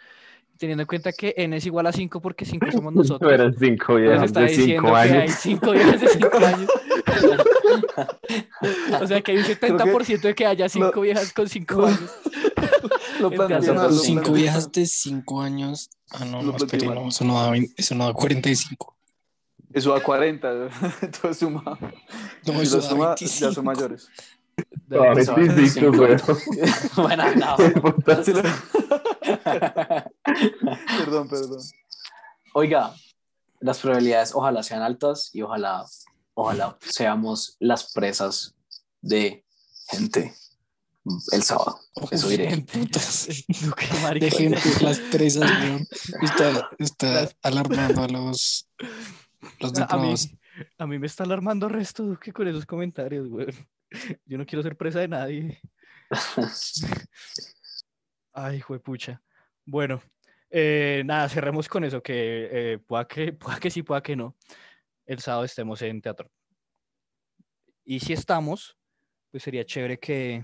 Speaker 1: Teniendo en cuenta que n es igual a 5 porque 5 somos nosotros.
Speaker 2: Pero 5
Speaker 1: Entonces
Speaker 2: días
Speaker 1: está
Speaker 2: de
Speaker 1: diciendo
Speaker 2: 5
Speaker 1: que hay
Speaker 2: años.
Speaker 1: 5 días de 5 años. o sea que hay un 70% de que haya 5 viejas con 5 años.
Speaker 5: Lo
Speaker 1: Entonces,
Speaker 5: planteé mal,
Speaker 1: son
Speaker 5: lo
Speaker 3: Cinco
Speaker 5: planteé
Speaker 3: viejas de cinco años. Ah, no,
Speaker 5: Lo
Speaker 3: no, espere,
Speaker 5: platico.
Speaker 3: no, eso no da, 20, eso no da 45.
Speaker 5: Eso a 40, todo sumado.
Speaker 3: No,
Speaker 5: Si
Speaker 3: eso
Speaker 5: lo
Speaker 3: da
Speaker 5: suma, ya
Speaker 3: 25.
Speaker 5: son mayores.
Speaker 2: Ah, 25, weón.
Speaker 4: bueno, no.
Speaker 2: Puta,
Speaker 5: Si lo- perdón, perdón.
Speaker 4: Oiga, las probabilidades ojalá sean altas y ojalá, ojalá seamos las presas de gente el sábado. Eso
Speaker 3: Uf,
Speaker 4: diré.
Speaker 3: Oh, putas.
Speaker 1: No, qué marica.
Speaker 3: Este De gente, las presas, weón. Está, está
Speaker 1: Las-
Speaker 3: alarmando a los, los
Speaker 1: A mí,
Speaker 3: diplomados.
Speaker 1: a mí me está alarmando resto Duque con esos comentarios, güey. Yo no quiero ser presa de nadie. Ay, juepucha. Bueno, eh, nada, cerremos con eso, que eh, pueda que pueda que sí, pueda que no. El sábado estemos en teatro. Y si estamos, pues sería chévere que,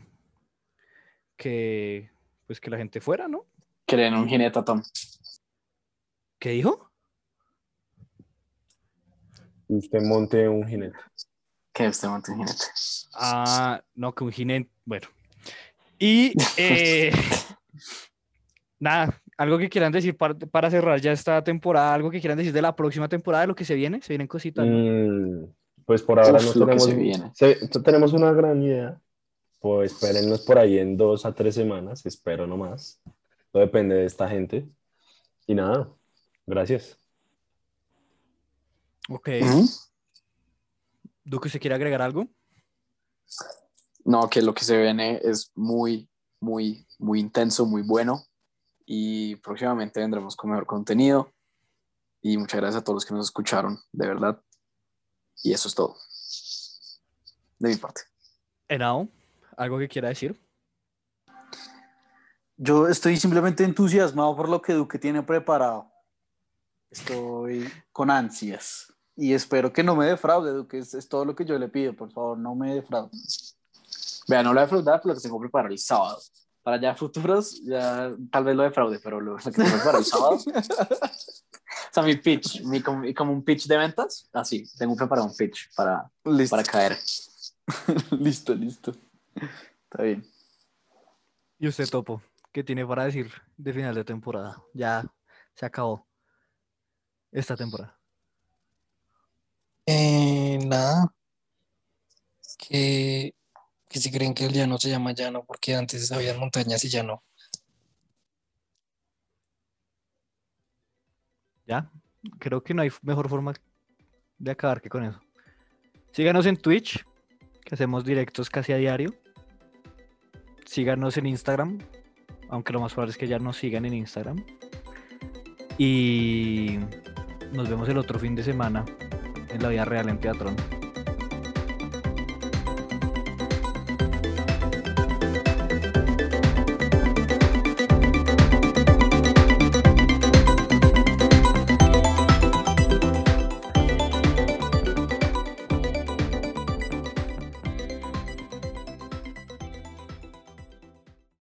Speaker 1: que, pues que la gente fuera, ¿no?
Speaker 4: Creen un jinete, Tom.
Speaker 1: ¿Qué dijo?
Speaker 2: Y usted monte un jinete.
Speaker 4: Que este monte un jinete.
Speaker 1: Ah, no, que un jinete. Bueno. Y eh, nada, algo que quieran decir par- para, cerrar ya esta temporada, algo que quieran decir de la próxima temporada, de lo que se viene, se vienen cositas. ¿no?
Speaker 2: Mm, pues por ahora
Speaker 4: Uf,
Speaker 2: no
Speaker 4: lo que
Speaker 2: tenemos,
Speaker 4: se viene.
Speaker 2: se- no tenemos una gran idea. Pues espérennos por ahí en dos a tres semanas, espero nomás. Todo depende de esta gente. Y nada, gracias.
Speaker 1: Ok,
Speaker 4: Ujú.
Speaker 1: Duque, ¿se quiere agregar algo?
Speaker 4: No, que lo que se viene es muy, muy, muy intenso, muy bueno. Y próximamente vendremos con mejor contenido. Y muchas gracias a todos los que nos escucharon, de verdad. Y eso es todo. De mi parte.
Speaker 1: Henao, ¿algo que quiera decir?
Speaker 5: Yo estoy simplemente entusiasmado por lo que Duque tiene preparado. Estoy con ansias. Y espero que no me defraude, Duque. Es, es todo lo que yo le pido. Por favor, no me defraude.
Speaker 4: Vean, no lo voy a defraudar, pero lo que tengo preparado el sábado. Para ya futuros, ya tal vez lo defraude, pero lo, lo que tengo preparado el sábado. o sea, mi pitch, mi, como, como un pitch de ventas, así, tengo preparado un pitch para,
Speaker 5: Listo,
Speaker 4: para caer.
Speaker 5: listo, listo. Está bien.
Speaker 1: Y usted, Topo, ¿qué tiene para decir de final de temporada? Ya se acabó esta temporada.
Speaker 3: Eh, nada. Que, que si creen que el llano se llama llano porque antes había montañas y ya no.
Speaker 1: Ya, creo que no hay mejor forma de acabar que con eso. Síganos en Twitch, que hacemos directos casi a diario. Síganos en Instagram, aunque lo más probable es que ya nos sigan en Instagram. Y nos vemos el otro fin de semana en la vida real en Teatrón.